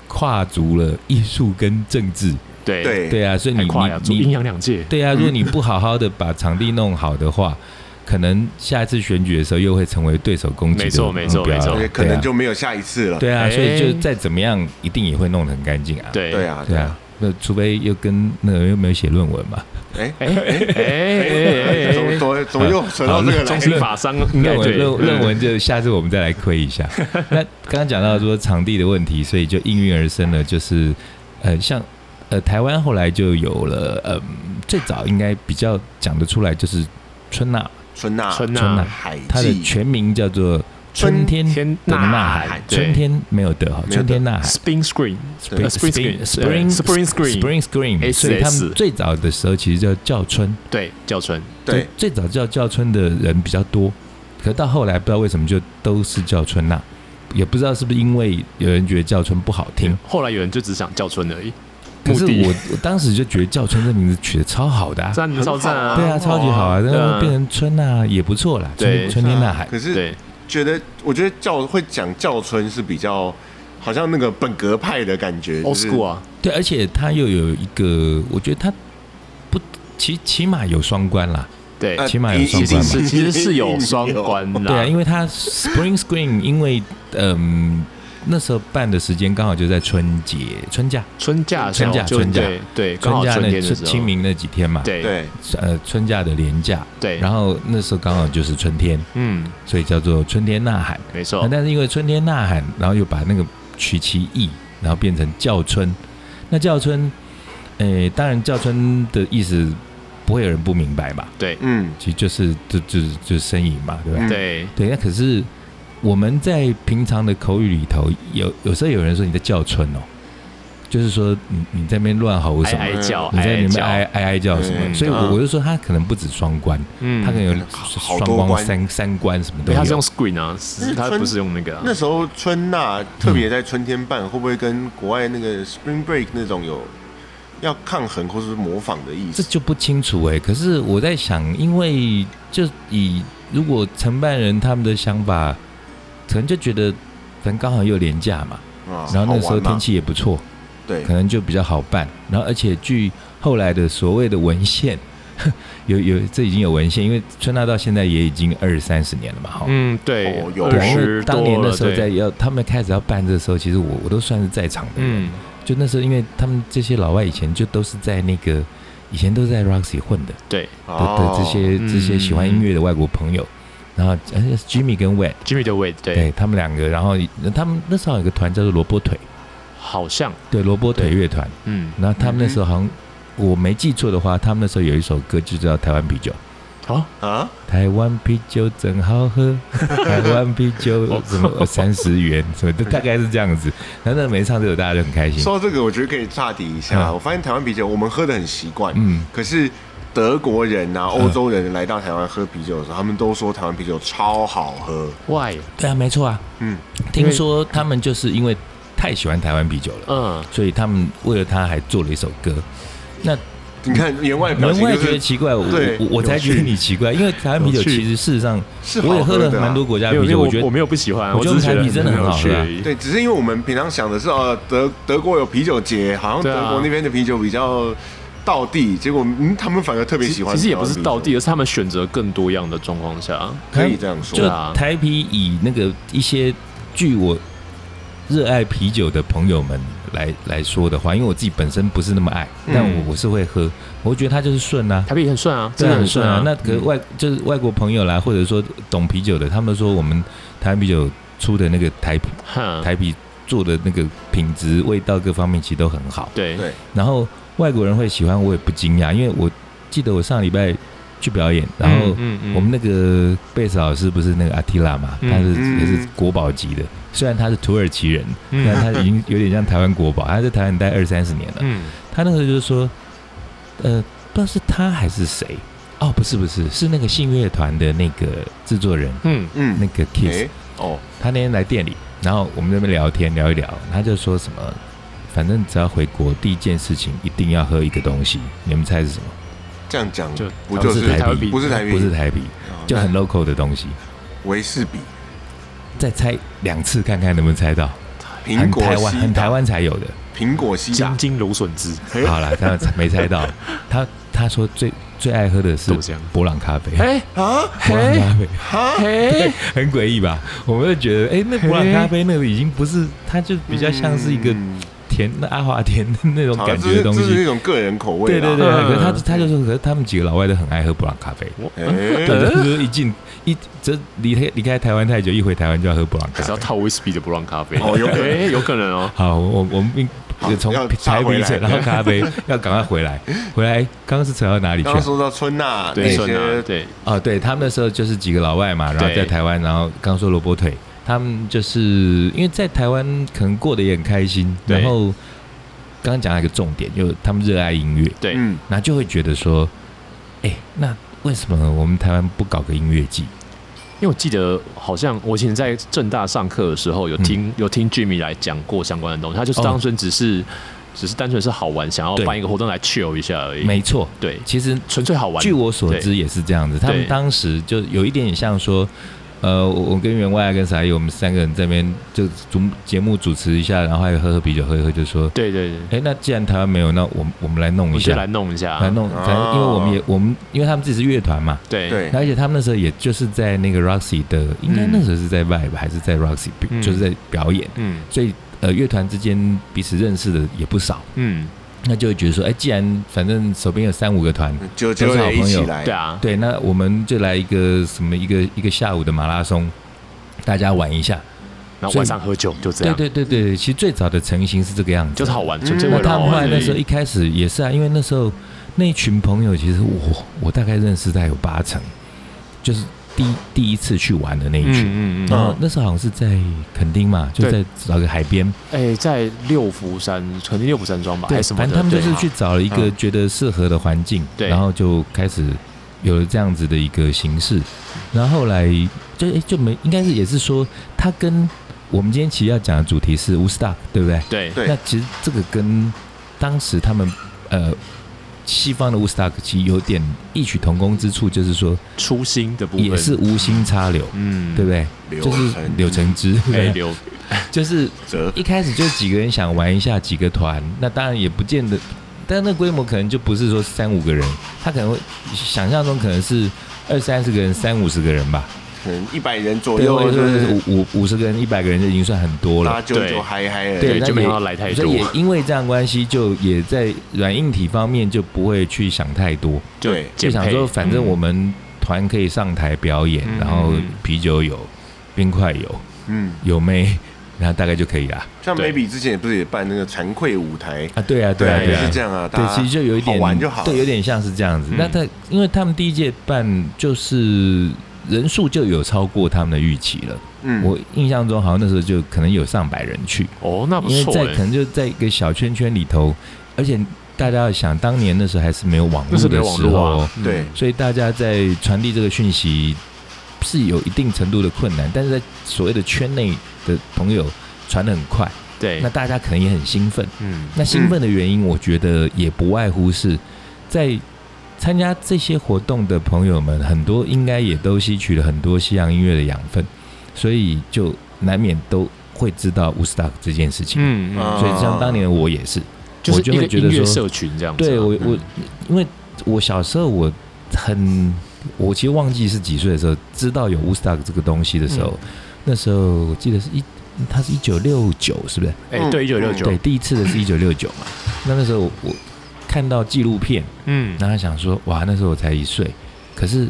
Speaker 3: 跨足了艺术跟政治，
Speaker 2: 对，
Speaker 1: 对，
Speaker 3: 对啊，所以你
Speaker 2: 太快了，
Speaker 3: 你
Speaker 2: 做
Speaker 3: 你
Speaker 2: 阴阳两界。
Speaker 3: 对啊，如果你不好好的把场地弄好的话，可能下一次选举的时候又会成为对手攻击
Speaker 2: 没
Speaker 3: 的
Speaker 2: 错
Speaker 3: 目
Speaker 2: 没错
Speaker 3: 标
Speaker 2: 没错
Speaker 1: 而
Speaker 3: 了
Speaker 1: 且啊可能就没有下一次了。
Speaker 3: 啊对啊，
Speaker 2: 哎
Speaker 3: 所以就再怎么样，一定也会弄得很干净啊。
Speaker 2: 对
Speaker 1: 对，啊，
Speaker 3: 对啊，那除非又跟那个又没有写论文嘛，
Speaker 1: 哎
Speaker 2: 哎哎哎
Speaker 1: 怎么
Speaker 2: 哎
Speaker 1: 怎么怎么又扯到这个
Speaker 2: 哎，
Speaker 1: 来
Speaker 2: 中？心法商应该
Speaker 3: 论
Speaker 2: 哎对
Speaker 3: 文论论文就下次我们再来亏
Speaker 2: [LAUGHS]
Speaker 3: 一下。那刚刚讲到说场地的问题，所以就应运而生了，就是呃，像呃台湾后来就有了，嗯、最早应该比较讲得出来就是春娜，
Speaker 1: 春娜，
Speaker 2: 春
Speaker 3: 春
Speaker 2: 呐
Speaker 3: 娜
Speaker 1: 海
Speaker 3: 它的
Speaker 1: 记，
Speaker 3: 全名叫做春天
Speaker 2: 天呐
Speaker 3: 的呐
Speaker 2: 喊
Speaker 3: 喊，，
Speaker 2: 对
Speaker 3: 春天没有的哈，
Speaker 1: 没有的
Speaker 3: 春天呐喊。
Speaker 2: Spring Screen
Speaker 1: 对
Speaker 2: Spring
Speaker 3: Spring
Speaker 2: Screen，
Speaker 3: Spring
Speaker 2: Spring Screen
Speaker 3: Spring Screen，
Speaker 2: SS
Speaker 3: 所以他们最早的时候其实叫叫春，
Speaker 2: 对叫春，
Speaker 1: 对，
Speaker 3: 最早叫叫春的人比较多，可到后来不知道为什么就都是叫春呐、也不知道是不是因为有人觉得叫春不好听，
Speaker 2: 后来有人就只想叫春而已，
Speaker 3: 可
Speaker 2: 目
Speaker 3: 是
Speaker 2: 的
Speaker 3: 我我当时就觉得叫春这名字取得超
Speaker 2: [LAUGHS]
Speaker 3: 好的、啊，
Speaker 2: 赞
Speaker 1: 很
Speaker 2: 照赞
Speaker 1: 好啊
Speaker 3: 对啊，超级好啊，
Speaker 2: 对
Speaker 3: 然
Speaker 2: 啊
Speaker 3: 后变成春呐、也不错啦，
Speaker 2: 对
Speaker 3: 春春天呐喊，
Speaker 1: 可是
Speaker 2: 对
Speaker 1: 觉得，我觉得教会讲教村是比较，好像那个本格派的感觉。就
Speaker 2: ，Old
Speaker 1: 是
Speaker 2: School 啊，
Speaker 3: 对，而且它又有一个，我觉得它不起起码有双关啦，
Speaker 2: 对，
Speaker 1: 呃
Speaker 3: 起码有
Speaker 1: 一
Speaker 3: 双
Speaker 2: 其实
Speaker 1: 一
Speaker 3: 关嘛
Speaker 1: 定
Speaker 3: [LAUGHS]
Speaker 2: 是其实是有双关啦，
Speaker 3: 对啊，因为它 Spring Screen [LAUGHS] 因为嗯。那时候办的时间刚好就在春节、春假、
Speaker 2: 春假的时候
Speaker 3: 春假
Speaker 2: 就
Speaker 3: 春假
Speaker 2: 对对，刚
Speaker 3: 春
Speaker 2: 好
Speaker 3: 假
Speaker 2: 春
Speaker 3: 那
Speaker 2: 天的
Speaker 3: 春
Speaker 2: 时候，
Speaker 3: 清明那几天嘛，，
Speaker 2: 对
Speaker 1: 对，
Speaker 3: 呃，春假的连假，
Speaker 2: 对，
Speaker 3: 然
Speaker 2: 后
Speaker 3: 后那时候刚好就是春天，
Speaker 2: 嗯，
Speaker 3: 所以叫做春天呐喊。
Speaker 2: 没
Speaker 3: 那
Speaker 2: 错，
Speaker 3: 但是因为春天呐喊，然后又把那个取其意，然后变成叫春。那叫春，诶、当然叫春的意思不会有人不明白吧？
Speaker 2: 对
Speaker 1: 嗯，
Speaker 3: 其实就是就就是就是呻吟嘛，对吧？
Speaker 1: 嗯
Speaker 2: 对
Speaker 3: 对，那可是我们在平常的口语里头，有有时候有人说你在叫春哦，就是说你你在那边乱吼
Speaker 2: 哀
Speaker 1: 哎
Speaker 3: 什
Speaker 2: 哀
Speaker 3: 么，
Speaker 2: 叫
Speaker 3: 你在
Speaker 2: 哀
Speaker 3: 里
Speaker 2: 哀
Speaker 3: 面哀
Speaker 2: 叫，
Speaker 3: 哀哀叫什么，
Speaker 1: 嗯
Speaker 3: 所以
Speaker 1: 嗯
Speaker 3: 我我就说他可能不止双关，
Speaker 2: 嗯
Speaker 3: 他可能有
Speaker 1: 好
Speaker 3: 双
Speaker 1: 多关
Speaker 3: 关、三三关什么都
Speaker 2: 对，
Speaker 3: 有
Speaker 2: 他是。用 Screen 啊，是他
Speaker 1: 春
Speaker 2: 不是用那个啊
Speaker 1: 那时候春娜特别在春天办，会不会跟国外那个 Spring Break 那种有要抗衡或是模仿的意
Speaker 3: 这
Speaker 1: 思？
Speaker 3: 就不清楚哎、可是我在想，因为就以如果承办人他们的想法，可能就觉得，反正刚好又廉价嘛，
Speaker 1: 啊
Speaker 3: 然后那时
Speaker 1: 好
Speaker 3: 候
Speaker 1: 玩嘛
Speaker 3: 天气也不错，
Speaker 1: 对
Speaker 3: 可能就比较好办。然后而且据后来的所谓的文献， [LAUGHS] 有有这已经有文献，因为春娜到现在也已经二三十年了嘛，哈、
Speaker 2: 嗯，对
Speaker 1: 哦，有
Speaker 2: 二
Speaker 3: 对啊因为
Speaker 2: 十
Speaker 3: 当年
Speaker 2: 多
Speaker 3: 的
Speaker 2: 了，
Speaker 3: 时候在
Speaker 2: 对，
Speaker 3: 要他们开始要办的时候，其实我我都算是在场的人。
Speaker 2: 嗯，
Speaker 3: 就那时候，因为他们这些老外以前就都是在那个以前都是在 Roxy 混的。
Speaker 2: 对
Speaker 3: 的的这些
Speaker 2: 哦
Speaker 3: 这些喜欢音乐的外国朋友，然后而且 Jimmy 跟 Wet，
Speaker 2: ，Jimmy 的 Wait，对，
Speaker 3: 对他们两个，然后呃他们那时候有个团叫做萝卜腿，
Speaker 2: 好像，
Speaker 3: 对萝卜腿
Speaker 2: 对
Speaker 3: 乐团，
Speaker 2: 嗯，
Speaker 3: 然后他们那时候好像我没记错的话，他们那时候有一首歌就叫《台湾啤酒》。哦
Speaker 2: 好，
Speaker 1: 啊，
Speaker 3: 台湾啤酒真
Speaker 1: [LAUGHS]
Speaker 3: 好喝，台湾啤酒什么三十元什么的，大概是这样子。然后那每次唱这首大家就很开心。
Speaker 1: 说到这个，我觉得可以岔题一下。
Speaker 3: 嗯
Speaker 1: 我发现台湾啤酒我们喝的很习惯，
Speaker 3: 嗯，
Speaker 1: 可是德国人啊、欧洲人来到台湾喝啤酒的时候，他们都说台湾啤酒超好喝。
Speaker 2: Why？
Speaker 3: 对啊，没错啊。
Speaker 1: 嗯，
Speaker 3: 听说他们就是因为太喜欢台湾啤酒了，
Speaker 2: 嗯，
Speaker 3: 所以他们为了他还做了一首歌。那
Speaker 1: 你看员外表
Speaker 3: 门
Speaker 1: 情
Speaker 3: 外
Speaker 1: 就
Speaker 3: 觉得
Speaker 1: 是
Speaker 3: 奇怪，我
Speaker 1: 对
Speaker 3: 我我才
Speaker 1: 有趣
Speaker 3: 觉得你奇怪，因为台湾啤酒
Speaker 2: 有趣
Speaker 3: 其实事实上，
Speaker 1: 是
Speaker 3: 我也
Speaker 1: 好
Speaker 3: 喝
Speaker 1: 喝
Speaker 3: 了
Speaker 1: 的啊
Speaker 3: 蛮多国家
Speaker 2: 没有
Speaker 3: 啤
Speaker 2: 因为
Speaker 3: 酒，
Speaker 2: 我
Speaker 3: 觉得
Speaker 2: 我没有不喜欢，啊
Speaker 3: 我
Speaker 2: 我
Speaker 3: 觉
Speaker 2: 只
Speaker 3: 得
Speaker 2: 是觉
Speaker 3: 产
Speaker 2: 得
Speaker 3: 品真的
Speaker 2: 很
Speaker 3: 很
Speaker 2: 有
Speaker 3: 好
Speaker 2: 趣
Speaker 3: 喝啊
Speaker 2: 而已，
Speaker 1: 对，只是因为我们平常想的是，呃，德德国有啤酒节，好像
Speaker 2: 对啊
Speaker 1: 德国那边的啤酒比较道地，结果嗯，他们反而特别
Speaker 2: 其
Speaker 1: 喜欢。
Speaker 2: 其实也不是道地，，而是他们选择更多样的状况下，
Speaker 1: 可以这样说
Speaker 3: 就
Speaker 2: 对。啊
Speaker 3: 台啤以那个一些据我热爱啤酒的朋友们来来说的话，因为我自己本身不是那么爱，
Speaker 1: 嗯
Speaker 3: 但我我是会喝，我觉得它就是顺啊。
Speaker 2: 台北也很顺啊，真
Speaker 3: 真的
Speaker 2: 的
Speaker 3: 很
Speaker 2: 很
Speaker 3: 顺
Speaker 2: 顺
Speaker 3: 啊！那
Speaker 2: 可
Speaker 3: 可外就是外国朋友啦，或者说懂啤酒的，他们说我们台湾啤酒出的那个台啤
Speaker 2: 台
Speaker 3: 台啤做的那个品质、味道各方面其实都很好。
Speaker 2: 对
Speaker 1: 对
Speaker 3: 然后外国人会喜欢，我也不惊讶，因为我记得我上礼拜去表演，然后
Speaker 2: 嗯嗯嗯
Speaker 3: 我们那个贝斯老师不是那个阿提拉嘛，
Speaker 2: 嗯
Speaker 3: 他是
Speaker 1: 嗯
Speaker 3: 也是国宝级的，虽然他是土耳其人，
Speaker 2: 嗯
Speaker 3: 但他已经有点像台湾国宝，他在台湾待二三十年了。
Speaker 2: 嗯
Speaker 3: 他那时候就是说，呃，不知道是他还是谁，哦，不是不是，是那个信乐团的那个制作人，
Speaker 2: 嗯
Speaker 1: 嗯
Speaker 3: 那个 Kiss，、
Speaker 1: 诶哦，
Speaker 3: 他那天来店里，然后我们在那边聊天聊一聊，他就说什么，反正只要回国，第一件事情一定要喝一个东西，你们猜是什么？
Speaker 1: 这样讲
Speaker 2: 就
Speaker 1: 不就是
Speaker 3: 不是台湾
Speaker 2: 啤
Speaker 1: 不是台啤，
Speaker 3: 不是台啤，
Speaker 1: 哦
Speaker 3: 就很 local 的东西。
Speaker 1: 那维士比，
Speaker 3: 再猜两次看看能不能猜到，
Speaker 1: 苹
Speaker 3: 很
Speaker 1: 果
Speaker 3: 台湾
Speaker 1: 西
Speaker 3: 很
Speaker 1: 打
Speaker 3: 台，湾才有的。
Speaker 1: 苹果西打
Speaker 2: 金，金芦笋汁，
Speaker 3: 好了，他没猜到，他他说最最爱喝的是
Speaker 2: 豆浆
Speaker 3: 博朗咖啡，
Speaker 2: 哎
Speaker 1: 啊
Speaker 3: 博朗咖啡
Speaker 1: 啊，
Speaker 2: 哎，
Speaker 3: 很诡异吧？我们就觉得，哎，那博朗咖啡那个已经不是，它就比较像是一个
Speaker 1: 嗯
Speaker 3: 甜那阿华田那种
Speaker 1: 好
Speaker 3: 感
Speaker 1: 这
Speaker 3: 觉的
Speaker 1: 是
Speaker 3: 东
Speaker 1: 这是
Speaker 3: 西。
Speaker 1: 一种个人口味
Speaker 3: 对
Speaker 1: 啦。
Speaker 3: 对对，
Speaker 1: [LAUGHS]
Speaker 2: 嗯
Speaker 3: 可是他他就是，可是他们几个老外都很爱喝布朗咖啡。
Speaker 1: 哎、
Speaker 3: 嗯对，就是一进一这离开离开台湾太久，一回台湾就要喝布朗咖
Speaker 2: 还是要
Speaker 3: 啡。
Speaker 2: 套 whisky 的布朗咖啡
Speaker 1: 哦有可能
Speaker 2: 哎有可能哦。
Speaker 3: 好，我我们
Speaker 1: 好
Speaker 3: 从
Speaker 1: 要
Speaker 3: 台
Speaker 1: 插回
Speaker 3: 北
Speaker 1: 来
Speaker 3: 城，然后
Speaker 1: [LAUGHS]
Speaker 3: 咖啡要赶快回来，回来哎刚刚是扯到哪里去
Speaker 1: 刚
Speaker 3: 啊
Speaker 1: 刚？说到春娜那
Speaker 2: 对，顺
Speaker 1: 些
Speaker 2: 啊，，对，
Speaker 3: 哦，对他们那时候就是几个老外嘛，然后
Speaker 2: 对
Speaker 3: 在台湾，然后刚说萝卜腿，他们就是因为在台湾可能过得也很开心，
Speaker 2: 对
Speaker 3: 然后刚刚讲到一个重点，就是他们热爱音乐，
Speaker 2: 对，
Speaker 1: 嗯，
Speaker 3: 那就会觉得说，哎，那为什么我们台湾不搞个音乐季？
Speaker 2: 因为我记得好像我以前在正大上课的时候有听、
Speaker 3: 嗯
Speaker 2: 有听 Jimmy 来讲过相关的东西，他就是
Speaker 3: 哦
Speaker 2: 当纯只是、只是单纯是好玩，想要
Speaker 3: 对
Speaker 2: 办一个活动来 chill 一下而已，
Speaker 3: 没错，
Speaker 2: 对，
Speaker 3: 其实
Speaker 2: 纯粹好玩。
Speaker 3: 据我所知也是这样子，他们
Speaker 2: 对
Speaker 3: 当时就有一点点像说，呃，我我跟员外跟傻姨我们三个人这边就主节目主持一下，然后还有喝喝啤酒喝一喝，就说，
Speaker 2: 对，对对对，
Speaker 3: 哎、那既然台湾没有，那我们我们来弄
Speaker 2: 我
Speaker 3: 一
Speaker 2: 先来
Speaker 3: 下，
Speaker 2: 弄一下，
Speaker 3: 来弄，反正因为我们也我们因为他们自己是乐团嘛。
Speaker 2: 对
Speaker 1: 对，
Speaker 3: 而且他们那时候也就是在那个 Roxy 的，应该那时候是在 Vibe 还是在 Roxy，、
Speaker 2: 嗯
Speaker 3: 就是在表演，
Speaker 2: 嗯
Speaker 3: 所以呃乐团之间彼此认识的也不少，
Speaker 2: 嗯，
Speaker 3: 那就会觉得说，哎、既然反正手边有三五个团，
Speaker 1: 就就得一起来，
Speaker 2: 对啊，
Speaker 3: 对，那我们就来一个什么一个一个下午的马拉松，大家玩一下。
Speaker 2: 然后
Speaker 3: 所以
Speaker 2: 晚上喝酒就这
Speaker 3: 对
Speaker 2: 样，
Speaker 3: 对对对，其实最早的成型是这个样子，
Speaker 2: 就是好。玩，
Speaker 1: 嗯
Speaker 2: 纯粹为
Speaker 3: 那
Speaker 2: 了
Speaker 3: 他
Speaker 2: 好
Speaker 3: 们后来
Speaker 2: 玩而
Speaker 3: 那时候一
Speaker 2: 已。
Speaker 3: 开始也是啊，因为那时候那一群朋友，其实我我大概认识大概有八成，就是第一第一次去玩的那一群。
Speaker 2: 嗯嗯
Speaker 3: 然
Speaker 2: 嗯，
Speaker 3: 后那时候好像是在垦丁嘛，
Speaker 2: 对
Speaker 3: 就在找个海边，
Speaker 2: 哎，在六福山，肯定六福山庄吧，还
Speaker 3: 对，
Speaker 2: 是什么
Speaker 3: 反
Speaker 2: 的？
Speaker 3: 正他们就
Speaker 2: 对啊
Speaker 3: 是去找了一个觉得适合的环境，
Speaker 2: 对
Speaker 3: 然后就开始有了这样子的一个形式。然后后来就诶就没，应该是也是说，它跟我们今天其实要讲的主题是 w o o s t o c k 对不对？
Speaker 2: 对
Speaker 1: 对
Speaker 3: 那其实这个跟当时他们呃西方的 w o o s t o c k 其实有点异曲同工之处，就是说
Speaker 2: 初心的部分
Speaker 3: 也是无心插柳，
Speaker 2: 嗯，
Speaker 3: 对不对？
Speaker 1: 柳
Speaker 3: 就是
Speaker 1: 橙
Speaker 3: 柳橙汁，
Speaker 2: 哎，
Speaker 3: 对
Speaker 2: 留
Speaker 3: 就是
Speaker 1: 折
Speaker 3: 一开始就几个人想玩一下几个团，那当然也不见得，但那规模可能就不是说三五个人，他可能会想象中可能是二三十个人、三五十个人吧，
Speaker 1: 可能一百人左
Speaker 3: 对，
Speaker 1: 右
Speaker 3: 或，者
Speaker 1: 就
Speaker 3: 说是
Speaker 1: 是
Speaker 3: 五五五十个人、一百个人就已经算很多
Speaker 1: 大家
Speaker 3: 了。
Speaker 1: 就
Speaker 2: 对
Speaker 1: 就嗨嗨了，
Speaker 2: 对
Speaker 3: 那
Speaker 2: 就没
Speaker 3: 也
Speaker 2: 有来太多
Speaker 3: 所以也因为这样关系，就也在软硬体方面就不会去想太多，
Speaker 2: 就
Speaker 1: 对
Speaker 2: 减
Speaker 3: 就想
Speaker 2: 配
Speaker 3: 说反正我们团可以上台表演，
Speaker 2: 嗯
Speaker 3: 然后啤酒有、冰块有、
Speaker 1: 嗯，
Speaker 3: 有妹，然后大概就可以啦。
Speaker 1: 像
Speaker 2: 对
Speaker 1: maybe 之前也不是也办那个惭愧舞台，
Speaker 3: 啊，对啊，对啊，
Speaker 2: 对
Speaker 1: 也
Speaker 3: 对啊
Speaker 1: 是，这样啊，大
Speaker 3: 对，
Speaker 1: 家
Speaker 3: 其实就有一点
Speaker 1: 好玩就好，
Speaker 3: 对，有点像是这样子。
Speaker 2: 嗯
Speaker 3: 那他因为他们第一届办就是人数就有超过他们的预期了，
Speaker 1: 嗯，
Speaker 3: 我印象中好像那时候就可能有上百人去，
Speaker 2: 哦，那不
Speaker 3: 因为
Speaker 2: 错
Speaker 3: 在
Speaker 2: 哎
Speaker 3: 可能就在一个小圈圈里头，而且大家要想，当年那时候还是没有网
Speaker 2: 那
Speaker 3: 络
Speaker 2: 是没
Speaker 3: 的
Speaker 2: 有网
Speaker 3: 时
Speaker 2: 络
Speaker 3: 候
Speaker 2: 啊，，嗯
Speaker 1: 对，
Speaker 3: 所以大家在传递这个讯息是有一定程度的困难，但是在所谓的圈内的朋友传的很快，
Speaker 2: 对，
Speaker 3: 那大家可能也很兴奋。
Speaker 2: 嗯，
Speaker 3: 那兴奋的原因，我觉得也不外乎是在参加这些活动的朋友们，很多应该也都吸取了很多西洋音乐的养分，所以就难免都会知道 Woodstock 这件事情。
Speaker 2: 嗯
Speaker 1: 啊
Speaker 2: 嗯，
Speaker 3: 所以像当年的我也是，
Speaker 2: 就是
Speaker 3: 我就
Speaker 2: 一
Speaker 3: 会
Speaker 2: 个
Speaker 3: 觉得
Speaker 2: 音乐
Speaker 3: 说
Speaker 2: 社群这样子啊。
Speaker 3: 对我我
Speaker 2: 嗯
Speaker 3: 因为我小时候我很，我其实忘记是几岁的时候知道有 Woodstock 这个东西的时候，
Speaker 2: 嗯
Speaker 3: 那时候我记得是一，它是一九六九，是不是？
Speaker 2: 哎，对，一九六
Speaker 1: 有
Speaker 2: 九
Speaker 3: 对，，第一次的是一九六九嘛。那那时候我我看到纪录片，
Speaker 2: 嗯，
Speaker 3: 然后想说，哇，那时候我才一岁，可是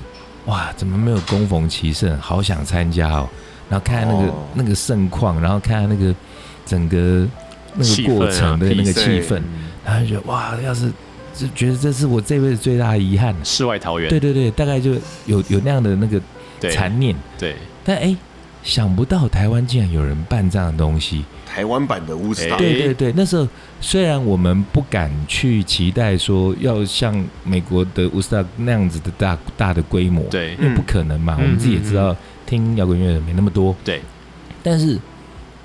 Speaker 3: 哇，怎么没有恭逢其盛？好想参加哦。然后看看那个、
Speaker 1: 哦
Speaker 3: 那个盛况，然后看看那个整个那
Speaker 2: 气
Speaker 3: 个
Speaker 2: 氛啊
Speaker 3: 过程的那个气
Speaker 1: 气
Speaker 3: 氛
Speaker 1: 氛，
Speaker 2: 嗯
Speaker 3: 然后就觉得哇，要是就觉得这是我这辈子最大的遗憾。
Speaker 2: 世外桃源，
Speaker 3: 对对对，大概就有有那样的那个
Speaker 2: 对
Speaker 3: 残念，
Speaker 2: 对，
Speaker 3: 但哎，想不到台湾竟然有人办这样的东西。
Speaker 1: 台湾版的 w o o s t o
Speaker 2: 哎
Speaker 1: c k
Speaker 3: 对对对，那时候虽然我们不敢去期待说要像美国的 w o o s t o c k 那样子的大大的规模，，
Speaker 2: 对
Speaker 3: 因为不可能嘛，
Speaker 2: 嗯
Speaker 3: 我们自己也知道听摇滚乐的人没那么多，
Speaker 2: 对，
Speaker 3: 但是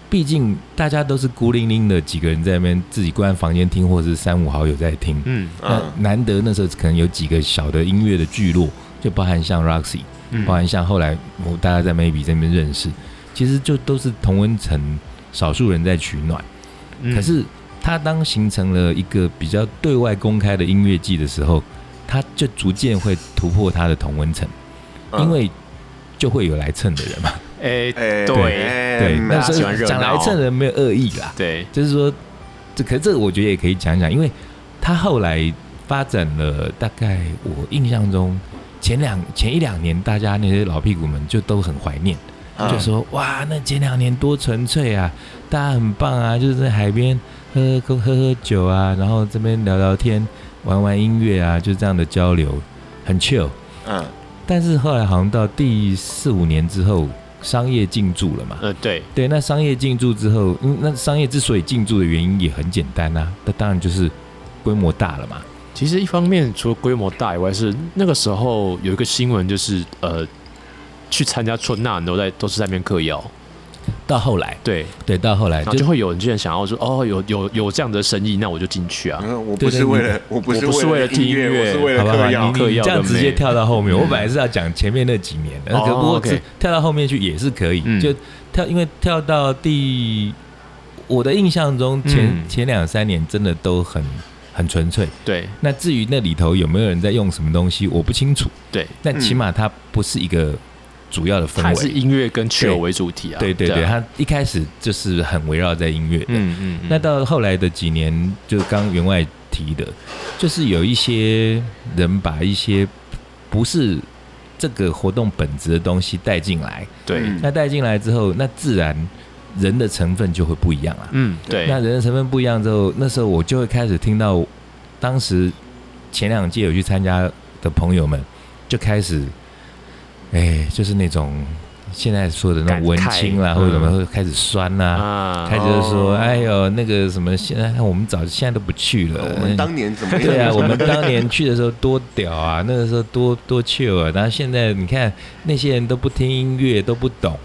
Speaker 3: 毕竟大家都是孤零零的几个人在那边自己关房间听，或者是三五好友在听，
Speaker 2: 嗯
Speaker 3: 那
Speaker 1: 嗯，
Speaker 3: 难得那时候可能有几个小的音乐的聚落，就包含像 Roxy，
Speaker 2: 嗯
Speaker 3: 包含像后来我大家在 Maybe 这边认识，其实就都是同温层少数人在取暖。
Speaker 2: 嗯
Speaker 3: 可是它当形成了一个比较对外公开的音乐季的时候，它就逐渐会突破它的同温层，
Speaker 1: 嗯
Speaker 3: 因为就会有来蹭的人嘛。
Speaker 2: 哎，
Speaker 1: 哎
Speaker 2: 对
Speaker 1: 哎
Speaker 3: 对，
Speaker 1: 嗯
Speaker 2: 大家
Speaker 3: 那所以
Speaker 2: 喜欢热闹
Speaker 3: 讲来蹭的人没有恶意啦，
Speaker 2: 对
Speaker 3: 就是说这可是这个我觉得也可以讲一讲，因为他后来发展了，大概我印象中前两前一两年，大家那些老屁股们就都很怀念，
Speaker 1: 啊
Speaker 3: 就说哇，那前两年多纯粹啊，大家很棒啊，就是在海边喝喝喝喝酒啊，然后这边聊聊天，玩玩音乐啊，就这样的交流，很 chill。
Speaker 1: 嗯
Speaker 3: 但是后来好像到第四五年之后，商业进驻了嘛，
Speaker 2: 呃，对，
Speaker 3: 对，那商业进驻之后，嗯，那商业之所以进驻的原因也很简单啊，那当然就是规模大了嘛。
Speaker 2: 其实一方面除了规模大以外，是那个时候有一个新闻，就是呃，去参加春娜都在都是在那边嗑药，
Speaker 3: 到后来，
Speaker 2: 对，
Speaker 3: 对，到后来
Speaker 2: 然后就
Speaker 3: 就
Speaker 2: 会有人竟然想要说，哦，有有有这样的生意，那我就进去啊。
Speaker 1: 嗯，我
Speaker 3: 对
Speaker 1: 不
Speaker 3: 对
Speaker 1: 是为了，我不
Speaker 2: 我
Speaker 1: 是
Speaker 2: 不是为了听
Speaker 1: 音乐，
Speaker 2: 音
Speaker 1: 我
Speaker 2: 乐
Speaker 1: 是为了
Speaker 3: 好吧，
Speaker 1: 嗑
Speaker 3: 你
Speaker 1: 药。
Speaker 2: 嗑
Speaker 3: 你
Speaker 2: 药
Speaker 3: 这样
Speaker 2: 的
Speaker 3: 直接
Speaker 2: 妹嗯
Speaker 3: 跳到后面，我本来是要讲前面那几年的，
Speaker 2: 哦
Speaker 3: 可不过
Speaker 2: OK
Speaker 3: 是跳到后面去也是可以，
Speaker 2: 嗯
Speaker 3: 就跳，因为跳到第，我的印象中前、
Speaker 2: 嗯
Speaker 3: 前两三年真的都很很纯粹。
Speaker 2: 对
Speaker 3: 那至于那里头有没有人在用什么东西，我不清楚，
Speaker 2: 对，
Speaker 3: 但起码它不是一个主要的氛
Speaker 2: 嗯还
Speaker 3: 围
Speaker 2: 是。音乐跟
Speaker 3: 对
Speaker 2: chill 为主体啊。
Speaker 3: 对对对，
Speaker 2: 啊
Speaker 3: 他一开始就是很围绕在音乐的。
Speaker 2: 嗯嗯，嗯
Speaker 3: 那到后来的几年，就刚员外提的，就是有一些人把一些不是这个活动本质的东西带进来，
Speaker 2: 对，
Speaker 1: 嗯
Speaker 3: 那带进来之后，那自然人的成分就会不一样啊。
Speaker 2: 嗯对，
Speaker 3: 那人的成分不一样之后，那时候我就会开始听到，当时前两届有去参加的朋友们，就开始，哎，就是那种现在说的那种
Speaker 2: 感慨
Speaker 3: 文青啦，
Speaker 2: 嗯
Speaker 3: 或者什么，会开始酸啦、
Speaker 2: 啊
Speaker 3: 开始就说，
Speaker 1: 哦
Speaker 3: 哎呦，那个什么，现在我们早现在都不去了。
Speaker 1: 我们当年怎么样？
Speaker 3: 对啊，我们当年去的时候多屌啊，那个时候多多 chill 啊，然后现在你看那些人都不听音乐，都不懂。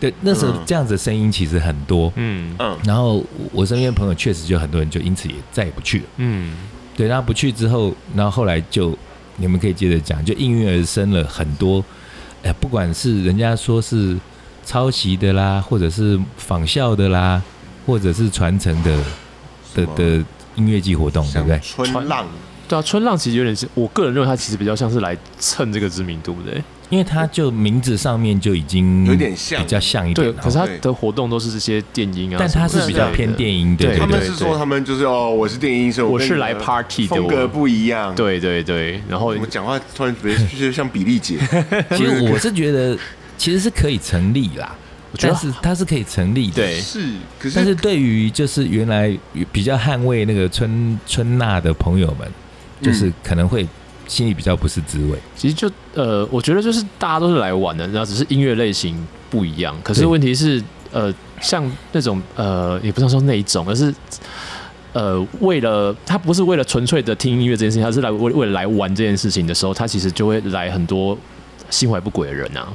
Speaker 3: 对，那时候
Speaker 1: 嗯
Speaker 3: 这样子的声音其实很多，
Speaker 2: 嗯
Speaker 1: 嗯
Speaker 3: 然后我我身边朋友确实就很多人就因此也再也不去了。
Speaker 2: 嗯
Speaker 3: 对，那不去之后，然后后来就你们可以接着讲，就应运而生了很多，哎、不管是人家说是抄袭的啦，或者是仿效的啦，或者是传承的的的音乐季活动，对
Speaker 1: 像
Speaker 3: 不对？
Speaker 1: 春浪，
Speaker 2: 对啊，春浪其实有点是我个人认为它其实比较像是来蹭这个知名度的、
Speaker 3: 因为它就名字上面就已经
Speaker 1: 有点像
Speaker 3: 比较像一点
Speaker 2: 对，
Speaker 3: 了，
Speaker 2: 可是它
Speaker 1: 对
Speaker 2: 的活动都是这些电音啊，
Speaker 3: 但它
Speaker 2: 什么
Speaker 3: 是
Speaker 2: 之
Speaker 3: 比
Speaker 2: 类的
Speaker 3: 较偏电音的，
Speaker 2: 对
Speaker 1: 他
Speaker 3: 对
Speaker 1: 们
Speaker 3: 哎对
Speaker 1: 是说他们就是哦，我是电音生，
Speaker 2: 我
Speaker 1: 跟
Speaker 2: 是
Speaker 1: 你
Speaker 2: 来 party 的
Speaker 1: 风
Speaker 2: 我
Speaker 1: 格不一样。，
Speaker 2: 对对对，然后
Speaker 1: 我讲话突然觉得就是像比利
Speaker 3: [LAUGHS]
Speaker 1: 姐，
Speaker 3: 其实我是觉得其实是可以成立啦，
Speaker 2: 觉得
Speaker 3: 但是它是可以成立的，
Speaker 2: 对
Speaker 1: 是，可
Speaker 3: 但是
Speaker 1: 是
Speaker 3: 对于就是原来比较捍卫那个春春娜的朋友们，
Speaker 2: 嗯
Speaker 3: 就是可能会心里比较不是滋味。
Speaker 2: 其实就呃，我觉得就是大家都是来玩的，然后只是音乐类型不一样。可是
Speaker 3: 对
Speaker 2: 问题是，呃，像那种呃，也不是说那一种，而是呃，为了他不是为了纯粹的听音乐这件事情，他是来为为了来玩这件事情的时候，他其实就会来很多心怀不轨的人啊。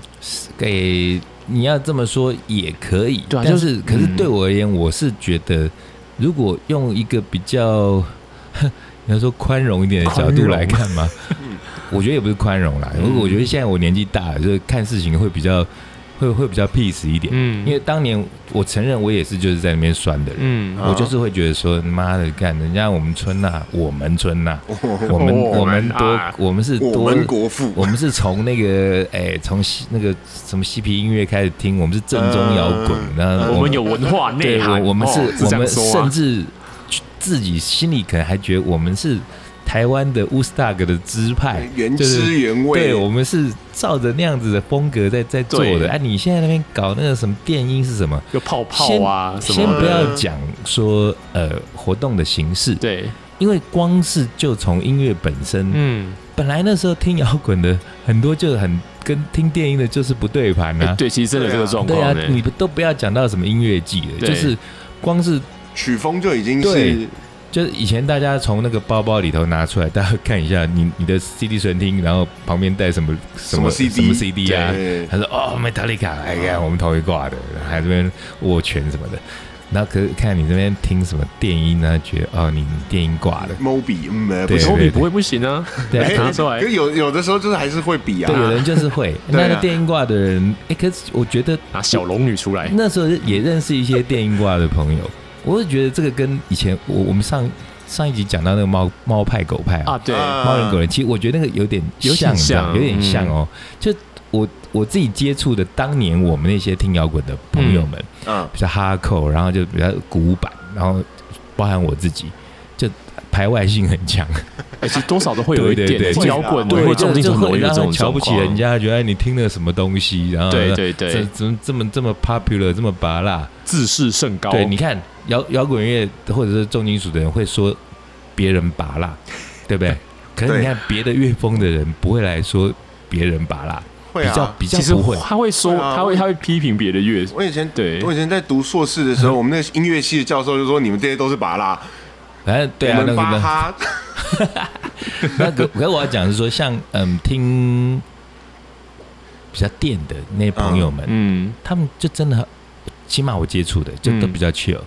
Speaker 3: 给你要这么说也可以，
Speaker 2: 对啊
Speaker 3: 但、
Speaker 2: 就是是
Speaker 3: 可是
Speaker 2: 嗯
Speaker 3: 对我而言，我是觉得如果用一个比较 [LAUGHS] 你要说宽容一点的角
Speaker 2: 宽
Speaker 3: 度
Speaker 2: 容
Speaker 3: 来看嘛，我觉得也不是宽容啦，
Speaker 2: 嗯
Speaker 3: 我觉得现在我年纪大了，就是看事情会比较会会比较 peace 一点。
Speaker 2: 嗯
Speaker 3: 因为当年我承认我也是就是在那边酸的人，
Speaker 2: 嗯
Speaker 1: 啊
Speaker 3: 我就是会觉得说，妈的，干人家我们村呐、我们村呐、我们
Speaker 2: 哦我
Speaker 3: 我们
Speaker 2: 们
Speaker 3: 多
Speaker 2: 啊，
Speaker 3: 我们是
Speaker 1: 我
Speaker 3: 多，
Speaker 1: 们国父，
Speaker 3: 我们是从那个哎，从西那个什么嬉皮音乐开始听，我们是正宗摇滚，
Speaker 1: 嗯
Speaker 3: 然后
Speaker 2: 呃我们有文化内
Speaker 3: 对，我
Speaker 2: 涵，
Speaker 3: 我们是
Speaker 2: 哦
Speaker 3: 我
Speaker 2: 这样
Speaker 3: 们
Speaker 2: 说
Speaker 3: 甚
Speaker 2: 啊。
Speaker 3: 至自己心里可能还觉得我们是台湾的乌斯达格的支派，
Speaker 1: 原
Speaker 3: 就是
Speaker 1: 汁原味。
Speaker 3: 对，我们是照着那样子的风格在在做
Speaker 2: 对
Speaker 3: 的。哎、啊，你现在那边搞那个什么电音是什么？
Speaker 2: 有泡泡啊什
Speaker 3: 先
Speaker 2: 么
Speaker 3: 不
Speaker 2: 的，
Speaker 3: 要讲说呃活动的形式，
Speaker 2: 对，
Speaker 3: 因为光是就从音乐本身，
Speaker 2: 嗯，
Speaker 3: 本来那时候听摇滚的很多就很跟听电音的就是不对盘
Speaker 2: 哎
Speaker 3: 啊，
Speaker 2: 对，其实真的有这个状况哎
Speaker 3: 对啊，
Speaker 2: 呢
Speaker 3: 你不都不要讲到什么音乐季了，
Speaker 2: 对
Speaker 3: 就是光是
Speaker 1: 曲风就已经
Speaker 3: 对
Speaker 1: 是
Speaker 3: 就是以前大家从那个包包里头拿出来，大家看一下你你的 CD 随身听，然后旁边带什么什
Speaker 1: 么
Speaker 3: 么
Speaker 1: CD
Speaker 3: 什么 CD 啊，
Speaker 1: 对
Speaker 3: 他说哦 Metallica，哎呀，我们头一挂的，还这边握拳什么的。然后可是看你这边听什么电音呢，觉得哦你你电音
Speaker 1: [LAUGHS]
Speaker 3: 挂的，
Speaker 1: Moby，嗯，呃不
Speaker 3: 对
Speaker 1: 是
Speaker 2: 手
Speaker 3: 对
Speaker 2: 比不会不行啊，
Speaker 3: 对啊
Speaker 1: 哎
Speaker 2: 拿出来
Speaker 1: 可有有的时候就是还是会比啊
Speaker 3: 对，，有人就是会。
Speaker 1: [LAUGHS] 对啊
Speaker 3: 那个电音挂的人，哎，可是我觉得
Speaker 2: 拿小龙女出
Speaker 1: 哎
Speaker 2: 来，
Speaker 3: 那时候也认识一些电音挂的朋友，我是觉得这个跟以前我我们上上一集讲到那个猫猫派狗派
Speaker 2: 啊，对，
Speaker 1: 啊
Speaker 3: 猫人狗人，其实我觉得那个有点
Speaker 2: 有
Speaker 3: 像，
Speaker 2: 点
Speaker 3: 你知道
Speaker 2: 像
Speaker 3: 有点像哦。
Speaker 1: 嗯
Speaker 3: 就我我自己接触的，当年我们那些听摇滚的朋友们，
Speaker 1: 嗯
Speaker 3: 比较哈扣，然后就比较古板，然后包含我自己，就排外性很强。
Speaker 2: 哎，其实多少都会有一
Speaker 3: 对对
Speaker 2: 点
Speaker 3: 对
Speaker 2: 或
Speaker 1: 对
Speaker 2: 摇滚的
Speaker 1: 对
Speaker 2: 或
Speaker 3: 就
Speaker 2: 重金
Speaker 3: 就
Speaker 2: 属
Speaker 3: 会
Speaker 2: 的这
Speaker 3: 让
Speaker 2: 种
Speaker 3: 人瞧不起
Speaker 2: 状况
Speaker 3: 人家，觉得哎你听了什么东西，然后
Speaker 2: 对对对
Speaker 3: 这怎么这么这么 popular，这么拔辣？
Speaker 2: 自视甚高。
Speaker 3: 对，你看摇摇滚乐或者是重金属的人会说别人拔辣，对不对？可是
Speaker 1: 对
Speaker 3: 你看别的乐风的人不会来说别人拔辣，
Speaker 1: 会
Speaker 3: 比较
Speaker 1: 啊。
Speaker 3: 比较
Speaker 2: 其实
Speaker 3: 不会。
Speaker 2: 他会说，
Speaker 1: 对啊
Speaker 2: 他会他会批评别的乐，
Speaker 1: 我以前
Speaker 2: 对
Speaker 1: 我以前在读硕士的时
Speaker 3: 嗯
Speaker 1: 候，我们那个音乐系的教授就说你们这些都是拔拉，
Speaker 3: 反正对啊，
Speaker 1: 我
Speaker 3: 那
Speaker 1: 们
Speaker 3: 个
Speaker 1: 巴
Speaker 3: 那
Speaker 1: 哈，
Speaker 3: [LAUGHS] 那个，可是我要讲的是说，像嗯，听比较电的那些朋友们，
Speaker 2: 嗯，
Speaker 3: 他们就真的很，起码我接触的就都
Speaker 2: 嗯
Speaker 3: 比较 chill，、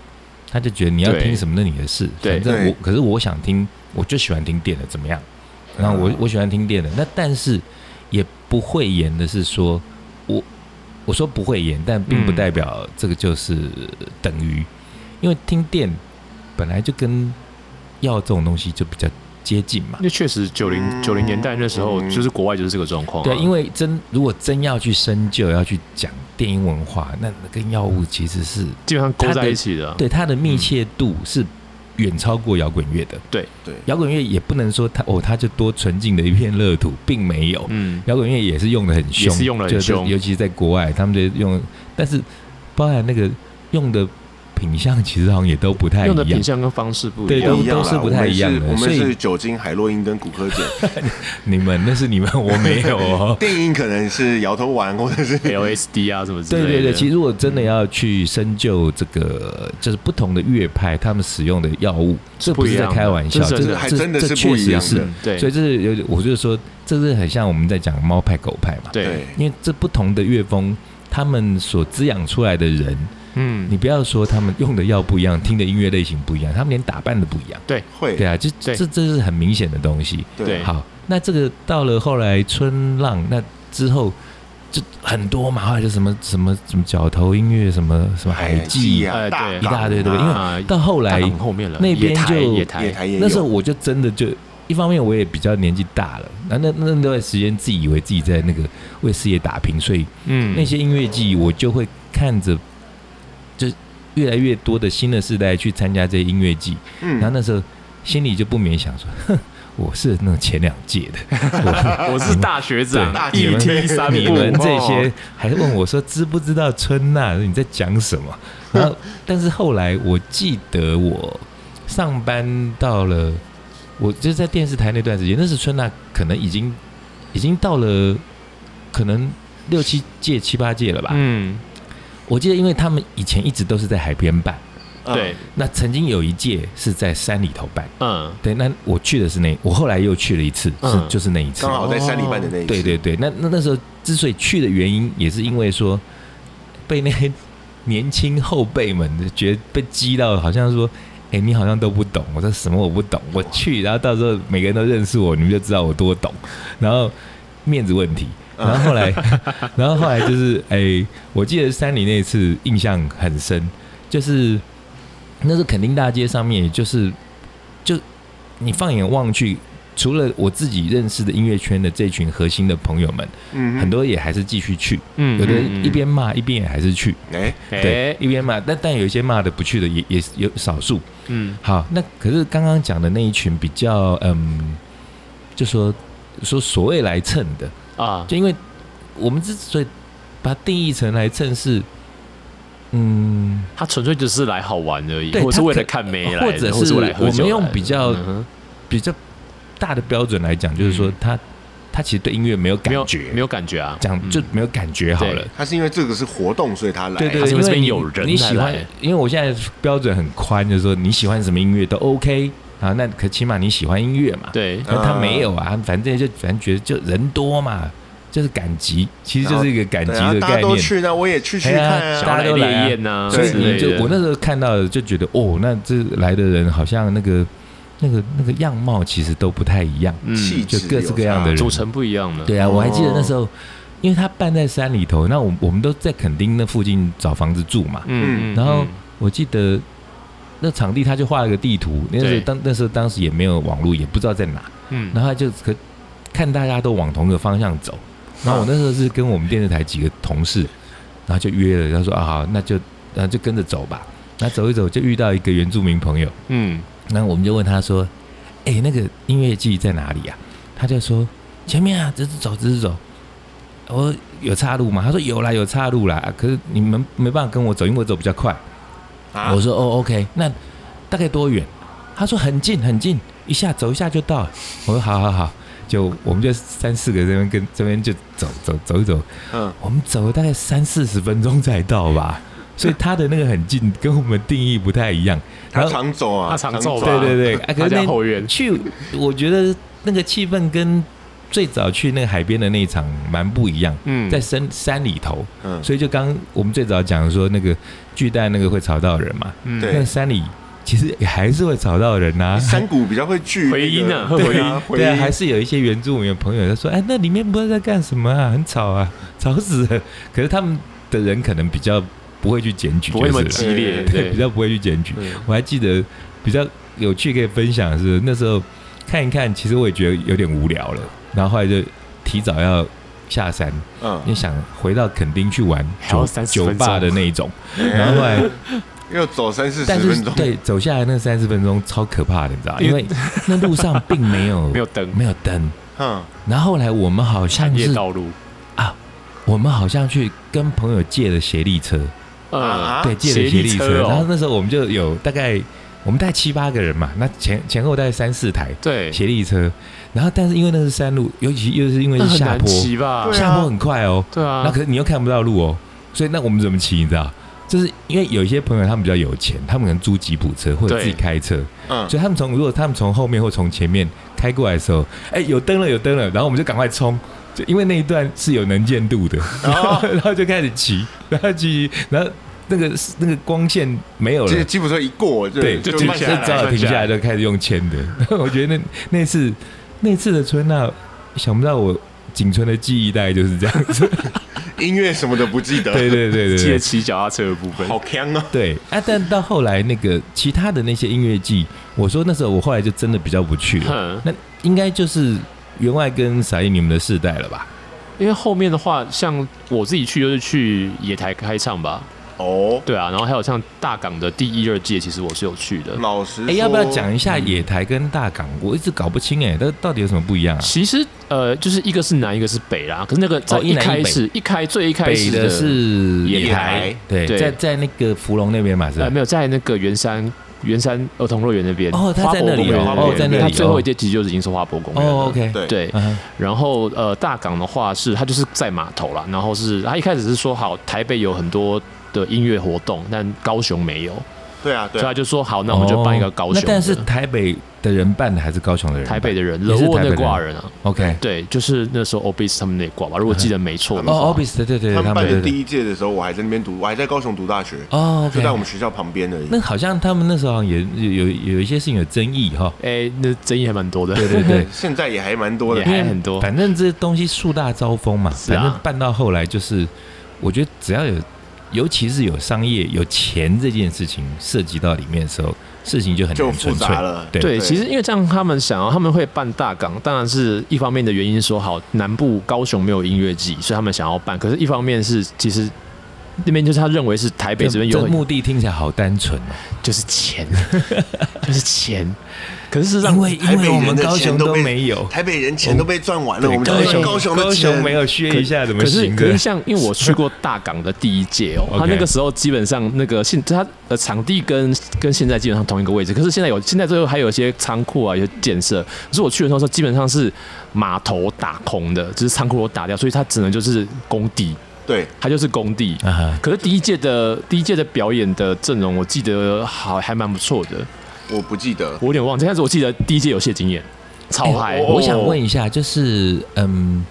Speaker 3: 他就觉得你要
Speaker 2: 对
Speaker 3: 听什么那你的事，
Speaker 2: 对
Speaker 3: 反正
Speaker 1: 对
Speaker 3: 我可是我想听，我就喜欢听电的，怎么样？然后我
Speaker 1: 嗯
Speaker 3: 我喜欢听电的，那但是也不会言的是说我我说不会言，但并不
Speaker 2: 嗯
Speaker 3: 代表这个就是等于，因为听电本来就跟药这种东西就比较接近嘛
Speaker 2: 因。为确实九零
Speaker 1: 嗯
Speaker 2: 九零年代那时候，
Speaker 1: 嗯
Speaker 2: 就是国外就是这个状况啊。
Speaker 3: 对，因
Speaker 2: 为
Speaker 3: 为真如果真要去深究，要去讲电音文化，那跟药物其实是
Speaker 2: 基本上勾
Speaker 3: 它的
Speaker 2: 在一起的啊。
Speaker 3: 对它的密切度是远超过摇滚乐的。
Speaker 1: 对，
Speaker 3: 摇滚乐也不能说它哦，它就多纯净的一片乐土，并没有。
Speaker 2: 嗯，
Speaker 3: 摇滚乐也是用的很凶，
Speaker 2: 也是用得很
Speaker 3: 就
Speaker 2: 凶
Speaker 3: 尤其是在国外，他们就用，但是包含那个用的品相，其实好像也都不太
Speaker 2: 用的
Speaker 3: 一样
Speaker 2: 品。相跟方式不
Speaker 3: 对
Speaker 2: 一
Speaker 3: 都
Speaker 2: 样
Speaker 1: 一。样啦
Speaker 3: 都是不太一样的
Speaker 1: 我们是我
Speaker 3: 所以
Speaker 1: 们是酒精、海洛因跟骨科碱，。
Speaker 3: 你们那是你们，我没有哦
Speaker 1: [LAUGHS] 电影可能是摇头丸或者是
Speaker 2: LSD 啊什么之类
Speaker 3: 对
Speaker 2: 的。
Speaker 3: 对对，其实如果真的要去深究这个，就是不同的乐派他们使用的药物，这不是在开玩笑，
Speaker 2: 这
Speaker 3: 这
Speaker 2: 是真的
Speaker 1: 还
Speaker 3: 这
Speaker 1: 真的
Speaker 3: 这
Speaker 1: 是
Speaker 3: 确
Speaker 1: 不一
Speaker 3: 实
Speaker 1: 样的
Speaker 3: 是
Speaker 2: 嗯对，
Speaker 3: 所以这是有点，我就是说，这是很像我们在讲猫派狗派嘛。，
Speaker 2: 对，
Speaker 3: 因为这不同的乐风，他们所滋养出来的人，
Speaker 2: 嗯，
Speaker 3: 你不要说他们用的药不一样，听的音乐类型不一样，他们连打扮都不一样。
Speaker 1: 会
Speaker 3: 对啊，这
Speaker 2: 对
Speaker 3: 这这是很明显的东西。
Speaker 2: 对
Speaker 3: 好，那这个到了后来春浪那之后。就很多嘛，后来就什么什么什么角头音乐，什么什么海记，
Speaker 1: 啊，
Speaker 2: 哎对
Speaker 1: 大
Speaker 2: 一
Speaker 3: 大堆对不对因为
Speaker 2: 啊，
Speaker 3: 到后来
Speaker 2: 大港后面了，
Speaker 3: 那边
Speaker 2: 野台
Speaker 3: 就
Speaker 2: 野
Speaker 1: 野
Speaker 2: 台，
Speaker 1: 台也有
Speaker 3: 那时候我就真的就一方面我也比较年纪大了，那那那那段时间自己以为自己在那个为事业打拼，所以
Speaker 2: 嗯，
Speaker 3: 那些音乐季我就会看着，就越来越多的新的世代去参加这些音乐季，然后
Speaker 1: 嗯，
Speaker 3: 那时候心里就不免想说，哼，我是那种前两届的， [LAUGHS] 我
Speaker 2: 我是大学长
Speaker 1: 对，
Speaker 2: 一梯三
Speaker 3: 你
Speaker 2: 步，
Speaker 3: 们这些
Speaker 2: 哦
Speaker 3: 还问我说知不知道春娜、你在讲什
Speaker 2: [LAUGHS]
Speaker 3: 么？然后，但是后来我记得我上班到了，我就是在电视台那段时间，那时春娜可能已经已经到了可能六七届、七八届了吧。
Speaker 2: 嗯，
Speaker 3: 我记得，因为他们以前一直都是在海边办，
Speaker 1: 嗯
Speaker 2: 对，
Speaker 3: 那曾经有一届是在山里头办。
Speaker 2: 嗯，
Speaker 3: 对，那我去的是那，我后来又去了一次，
Speaker 2: 嗯
Speaker 3: 是就是那一次
Speaker 1: 刚。好在山里办的那一次，
Speaker 3: 对对对，那那那时候之所以去的原因，也是因为说被那些年轻后辈们觉得被激到，好像说，哎、你好像都不懂。我说什么我不懂，我去，然后到时候每个人都认识我，你们就知道我多懂。然后面子问题，然后后来，然后后来就是，哎、我记得山里那一次印象很深，就是那是垦丁大街上面，也就是就你放眼望去。除了我自己认识的音乐圈的这群核心的朋友们，
Speaker 1: 嗯哼
Speaker 3: 很多也还是继续去，
Speaker 2: 嗯
Speaker 3: 有的
Speaker 2: 嗯嗯
Speaker 3: 一边骂一边也还是去，
Speaker 1: 哎，
Speaker 3: 对
Speaker 2: 哎，，
Speaker 3: 一边骂，但但有一些骂的不去的也也有少数。
Speaker 2: 嗯，
Speaker 3: 好，那可是刚刚讲的那一群比较，嗯，就说说所谓来蹭的，
Speaker 2: 啊，
Speaker 3: 就因为我们之所以把它定义成来蹭是，嗯，
Speaker 2: 他纯粹只是来好玩而已，
Speaker 3: 对
Speaker 2: 或者是
Speaker 3: 他
Speaker 2: 为了
Speaker 3: 可
Speaker 2: 看妹来的，
Speaker 3: 或者
Speaker 2: 或
Speaker 3: 是
Speaker 2: 为了喝
Speaker 3: 我
Speaker 2: 酒
Speaker 3: 们用
Speaker 2: 来的
Speaker 3: 比较
Speaker 2: 嗯哼
Speaker 3: 比较大的标准来讲，就是说
Speaker 2: 嗯
Speaker 3: 他、他其实对音乐没有
Speaker 2: 没
Speaker 3: 感
Speaker 2: 有
Speaker 3: 觉，
Speaker 2: 没有感觉啊，
Speaker 3: 讲就没有感觉好了。
Speaker 1: 他是因为这个是活动，所以他来，啊
Speaker 3: 对对，
Speaker 2: 还是
Speaker 3: 对，
Speaker 2: 因为这边
Speaker 3: 你
Speaker 2: 有人
Speaker 3: 你
Speaker 2: 才
Speaker 3: 喜欢
Speaker 2: 来，
Speaker 3: 因为我现在标准很宽，就是说你喜欢什么音乐都 OK 啊，那可起码你喜欢音乐嘛。，
Speaker 2: 对，
Speaker 3: 那他没有啊，反正就反正觉得就人多嘛，就是赶集，其实就是一个赶集
Speaker 1: 对啊，
Speaker 3: 的
Speaker 1: 大家
Speaker 3: 概
Speaker 1: 都
Speaker 3: 念。
Speaker 1: 去，那我也去去
Speaker 3: 哎呀
Speaker 1: 看
Speaker 3: 大
Speaker 1: 啊
Speaker 3: 家
Speaker 2: 小，奶
Speaker 3: 都
Speaker 2: 烈
Speaker 3: 来啊
Speaker 2: 焰呐之
Speaker 3: 所以
Speaker 2: 类
Speaker 3: 你就
Speaker 2: 的，
Speaker 3: 我那时候看到的就觉得哦，那这来的人好像那个那个那个样貌其实都不太一样，
Speaker 1: 气
Speaker 2: 嗯，
Speaker 3: 就
Speaker 1: 质啊
Speaker 3: 各式各样的人
Speaker 2: 组成不一样了，
Speaker 3: 对啊，我还记得那时候，因为他办在山里头，那我我们都在垦丁那附近找房子住嘛。
Speaker 2: 嗯，嗯，
Speaker 3: 然后
Speaker 2: 嗯
Speaker 3: 我记得那场地他就画了个地图，那时候
Speaker 2: 对
Speaker 3: 当那时候当时也没有网络，也不知道在哪，
Speaker 2: 嗯，
Speaker 3: 然后他就可看大家都往同一个方向走。然后我那时候是跟我们电视台几个同事，然后就约了，他说啊好，那就然后就跟着走吧。那走一走就遇到一个原住民朋友，
Speaker 2: 嗯，
Speaker 3: 那我们就问他说：“哎、那个音乐季在哪里啊？”他就说：“前面啊，直直走，直直走。”我说有岔路吗？他说有啦，有岔路啦。啊可是你们没办法跟我走，因为我走比较快。
Speaker 2: 啊
Speaker 3: 我说哦，OK，那大概多远？他说很近很近，一下走一下就到了。我说好好好，就我们就三四个这边跟这边就走走走一走，
Speaker 2: 嗯，
Speaker 3: 我们走了大概三四十分钟才到吧。所以他的那个很近， [LAUGHS] 跟我们定义不太一样。
Speaker 1: 他
Speaker 3: 然后
Speaker 1: 常走啊，
Speaker 2: 他常走吧
Speaker 3: 对对对，啊，可
Speaker 2: 他
Speaker 3: 是
Speaker 2: 家
Speaker 3: 那
Speaker 2: 后院，
Speaker 3: 去，我觉得那个气氛跟最早去那个海边的那一场蛮不一样，
Speaker 2: 嗯，
Speaker 3: 在山山里头，
Speaker 1: 嗯，
Speaker 3: 所以就刚我们最早讲说那个巨蛋那个会吵到人嘛，
Speaker 2: 嗯
Speaker 1: 对
Speaker 3: 那山里其实也还是会吵到人呐、
Speaker 1: 山谷比较会聚
Speaker 2: 回音
Speaker 1: 啊
Speaker 2: 啊，
Speaker 1: 对
Speaker 2: 会
Speaker 1: 啊，回
Speaker 3: 对啊，
Speaker 1: 音
Speaker 3: 还是有一些原住民的朋友他说：“哎，那里面不知道在干什么啊，很吵啊， [LAUGHS] 吵死了。”可是他们的人可能比较不会去检举，
Speaker 2: 不会那么
Speaker 3: 就是了
Speaker 2: 激烈，
Speaker 1: 对
Speaker 3: 对，比较不会去检举。
Speaker 2: 嗯
Speaker 3: 我还记得比较有趣可以分享的是那时候看一看，其实我也觉得有点无聊了，然后后来就提早要下山，因为
Speaker 1: 嗯，
Speaker 3: 想回到垦丁去玩
Speaker 2: 啊还要
Speaker 3: 酒
Speaker 2: 30
Speaker 3: 酒
Speaker 2: 分钟
Speaker 3: 吧的那
Speaker 2: [LAUGHS]
Speaker 3: 一种，然后后来
Speaker 1: 要走三四十
Speaker 3: 但
Speaker 1: 分
Speaker 3: 是
Speaker 1: 钟，
Speaker 3: 对走下来那三十分钟超可怕的，你知道，因为那路上并没有
Speaker 2: [LAUGHS] 没有灯，
Speaker 3: 没有灯，
Speaker 1: 嗯，
Speaker 3: 然后后来我们好像
Speaker 2: 产业
Speaker 3: 是
Speaker 2: 道路，
Speaker 3: 我们好像去跟朋友借了协力车，
Speaker 2: 呃，
Speaker 1: 啊
Speaker 3: 对，借了
Speaker 2: 协
Speaker 3: 协
Speaker 2: 力
Speaker 3: 力
Speaker 2: 车
Speaker 3: 车。
Speaker 2: 哦
Speaker 3: 然后那时候我们就有大概我们大概七八个人嘛，那前前后大概三四台
Speaker 2: 对，
Speaker 3: 协力车。然后但是因为那是山路，尤其又是因为
Speaker 2: 那
Speaker 3: 是
Speaker 2: 很
Speaker 3: 下
Speaker 2: 难
Speaker 3: 坡，
Speaker 2: 骑吧？
Speaker 1: 对啊
Speaker 3: 下坡很快哦。
Speaker 2: 对啊，
Speaker 3: 那可是你又看不到路哦，所以那我们怎么骑？你知道？就是因为有一些朋友他们比较有钱，他们可能租吉普车或者
Speaker 2: 对
Speaker 3: 自己开车，
Speaker 1: 嗯，
Speaker 3: 所以他们从如果他们从后面或从前面开过来的时候，哎、有灯了有灯了，然后我们就赶快冲，就因为那一段是有能
Speaker 2: [LAUGHS]
Speaker 3: 见度的，然
Speaker 1: 哦
Speaker 3: 后然后就开始骑，然后骑，然后那个那个光线没有
Speaker 1: 这个
Speaker 3: 了。
Speaker 1: 基本上一过就
Speaker 3: 对，
Speaker 1: 就
Speaker 2: 就停
Speaker 1: 慢
Speaker 2: 下
Speaker 1: 下
Speaker 2: 来
Speaker 3: 就只好
Speaker 1: 来，
Speaker 3: 停下来，就开始用铅的。 [LAUGHS] 我觉得那那次那次的春娜，想不到我仅存的记忆大概就是这样
Speaker 2: [LAUGHS]
Speaker 3: 子。
Speaker 1: 音乐什么的不记得，
Speaker 3: 对对对对
Speaker 2: 借
Speaker 3: 对
Speaker 2: 骑脚踏车的部分，
Speaker 1: 好强啊，
Speaker 3: 对啊！但到后来那个其他的那些音乐季，我说那时候我后来就真的比较不去了。
Speaker 2: 哼，
Speaker 3: 那应该就是员外跟傻印你们的世代了吧？
Speaker 2: 因为后面的话，像我自己去就是去野台开唱吧，
Speaker 1: 哦，
Speaker 2: 对啊，然后还有像大港的第一二届，其实我是有去的。
Speaker 1: 老实
Speaker 3: 哎、
Speaker 1: 说，
Speaker 3: 要不要讲一下野台跟大港？我一直搞不清哎、那到底有什么不一样啊？
Speaker 2: 其实呃，就是一个是南，一个是北啦。可是那个在
Speaker 3: 哦一
Speaker 2: 一
Speaker 3: 南一北
Speaker 2: 开始，一开最一开
Speaker 3: 北
Speaker 2: 始
Speaker 3: 的是
Speaker 2: 野
Speaker 1: 台
Speaker 3: 对，
Speaker 2: 对
Speaker 3: 在在那个芙蓉那边嘛，是吧
Speaker 2: 呃，？没有在那个圆山圆山儿童乐园那边，
Speaker 3: 哦他在那里
Speaker 2: 花博
Speaker 1: 哦哦
Speaker 2: 公园那边
Speaker 1: 在那
Speaker 3: 里
Speaker 2: 他最后一届其实就已经是花博公园了。
Speaker 3: 哦，OK，
Speaker 1: 对
Speaker 2: 对，
Speaker 3: 嗯哼
Speaker 2: 然后呃，大港的话是它就是在码头啦，然后是它一开始是说好台北有很多的音乐活动，但高雄没有，
Speaker 1: 对啊，
Speaker 2: 所
Speaker 1: 对
Speaker 2: 以
Speaker 1: 啊
Speaker 2: 他，就说好，那我们就办一个高雄
Speaker 3: 哦那
Speaker 2: 的。
Speaker 3: 但是台北的人办的还是高雄的人办？
Speaker 2: 台北的人，
Speaker 3: 也
Speaker 2: 惹
Speaker 3: 是
Speaker 2: 沃
Speaker 3: 台北
Speaker 2: 那
Speaker 3: 人
Speaker 2: 挂人啊，
Speaker 3: OK，
Speaker 2: 对，就是那时候 Obis 他们那挂吧，如果记得没错的话。
Speaker 3: [LAUGHS] 哦，Obis，对对对，
Speaker 1: 他们
Speaker 3: 他们
Speaker 1: 办
Speaker 3: 对
Speaker 1: 的
Speaker 3: 对
Speaker 1: 第一届的时候，我还在那边读，我还在高雄读大学，
Speaker 3: 哦，OK，
Speaker 1: 就在我们学校旁边而已。
Speaker 3: 那好像他们那时候好像也有有有一些事情有争议哈。
Speaker 2: 哎、那争议还蛮多的。
Speaker 3: 对对对，
Speaker 1: 现在也还蛮多的
Speaker 2: 也，还很多
Speaker 3: 反正这东西树大招风嘛，
Speaker 2: 是
Speaker 3: 反
Speaker 2: 啊
Speaker 3: 正办到后来就是，我觉得只要有，尤其是有商业有钱这件事情涉及到里面的时候，事情就很
Speaker 1: 就
Speaker 3: 难
Speaker 1: 复
Speaker 3: 纯粹
Speaker 1: 杂。了。
Speaker 3: 对
Speaker 2: 对，其实因为这样，他们想要他们会办大港，当然是一方面的原因说好南部高雄没有音乐季，所以他们想要办。可是，一方面是其实那边就是他认为是台北这边有
Speaker 3: 这
Speaker 2: 很
Speaker 3: 目的听起来好单纯哦，
Speaker 2: 就是钱， [LAUGHS] 就是钱。可是事实上
Speaker 3: 因，为
Speaker 1: 台
Speaker 3: 因
Speaker 1: 北
Speaker 3: 为我们
Speaker 1: 人的
Speaker 3: 高雄
Speaker 1: 钱都被
Speaker 3: 没有，
Speaker 1: 台北人钱都被赚完了，我
Speaker 3: 对
Speaker 1: 们就
Speaker 3: 高
Speaker 1: 是
Speaker 3: 雄
Speaker 1: 高雄的
Speaker 3: 高
Speaker 1: 钱
Speaker 3: 雄没有削一下怎么
Speaker 2: 可是
Speaker 3: 行
Speaker 2: 可
Speaker 3: 的，
Speaker 2: 是？像因为我去过大港的第一届哦他
Speaker 3: OK
Speaker 2: 那个时候基本上那个现它的场地跟跟现在基本上同一个位置，可是现在有现在最后还有一些仓库啊，有些建设。可是我去的时候基本上是码头打空的，就是仓库都打掉，所以它只能就是工地，
Speaker 1: 对，
Speaker 2: 它就是工地。
Speaker 3: 啊哈，
Speaker 2: 可是第一届的第一届的表演的阵容，我记得好还蛮不错的，
Speaker 1: 我不记得
Speaker 2: 我有点忘记，但是我记得第一届有谢金燕，超嗨、
Speaker 1: 哎
Speaker 3: 我想问一下，就是嗯。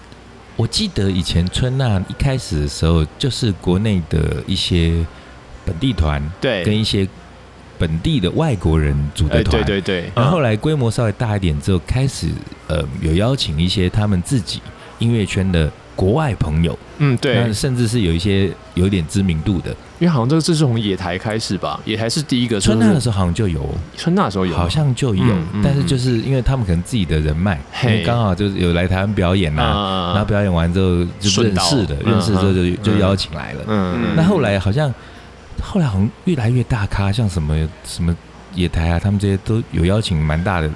Speaker 3: 我记得以前春娜一开始的时候，就是国内的一些本地团，
Speaker 2: 对，
Speaker 3: 跟一些本地的外国人组
Speaker 2: 哎、
Speaker 3: 的团。
Speaker 2: 对对对，
Speaker 3: 然后后来规模稍微大一点之后，开始呃有邀请一些他们自己呃音乐圈的国外朋友，
Speaker 2: 嗯对，
Speaker 3: 那甚至是有一些有点知名度的。
Speaker 2: 因为好像这这是从野台开始吧，野台是第一个，
Speaker 3: 春娜
Speaker 2: 就是
Speaker 3: 的时候好像就有，
Speaker 2: 春娜的时候有吗，
Speaker 3: 好像就有，
Speaker 2: 嗯嗯
Speaker 3: 但是就是因为他们可能自己的人脉，因
Speaker 2: 嘿
Speaker 3: 为刚好就是有来台湾表演啊，然后
Speaker 2: 啊，
Speaker 3: 表演完之后就认识
Speaker 2: 顺
Speaker 3: 的
Speaker 2: 道，
Speaker 3: 认识之后就
Speaker 2: 嗯嗯
Speaker 3: 就邀请来了。
Speaker 2: 嗯
Speaker 3: 那后来好像后来好像越来越大咖，像什么什么野台啊，他们这些都有邀请蛮大的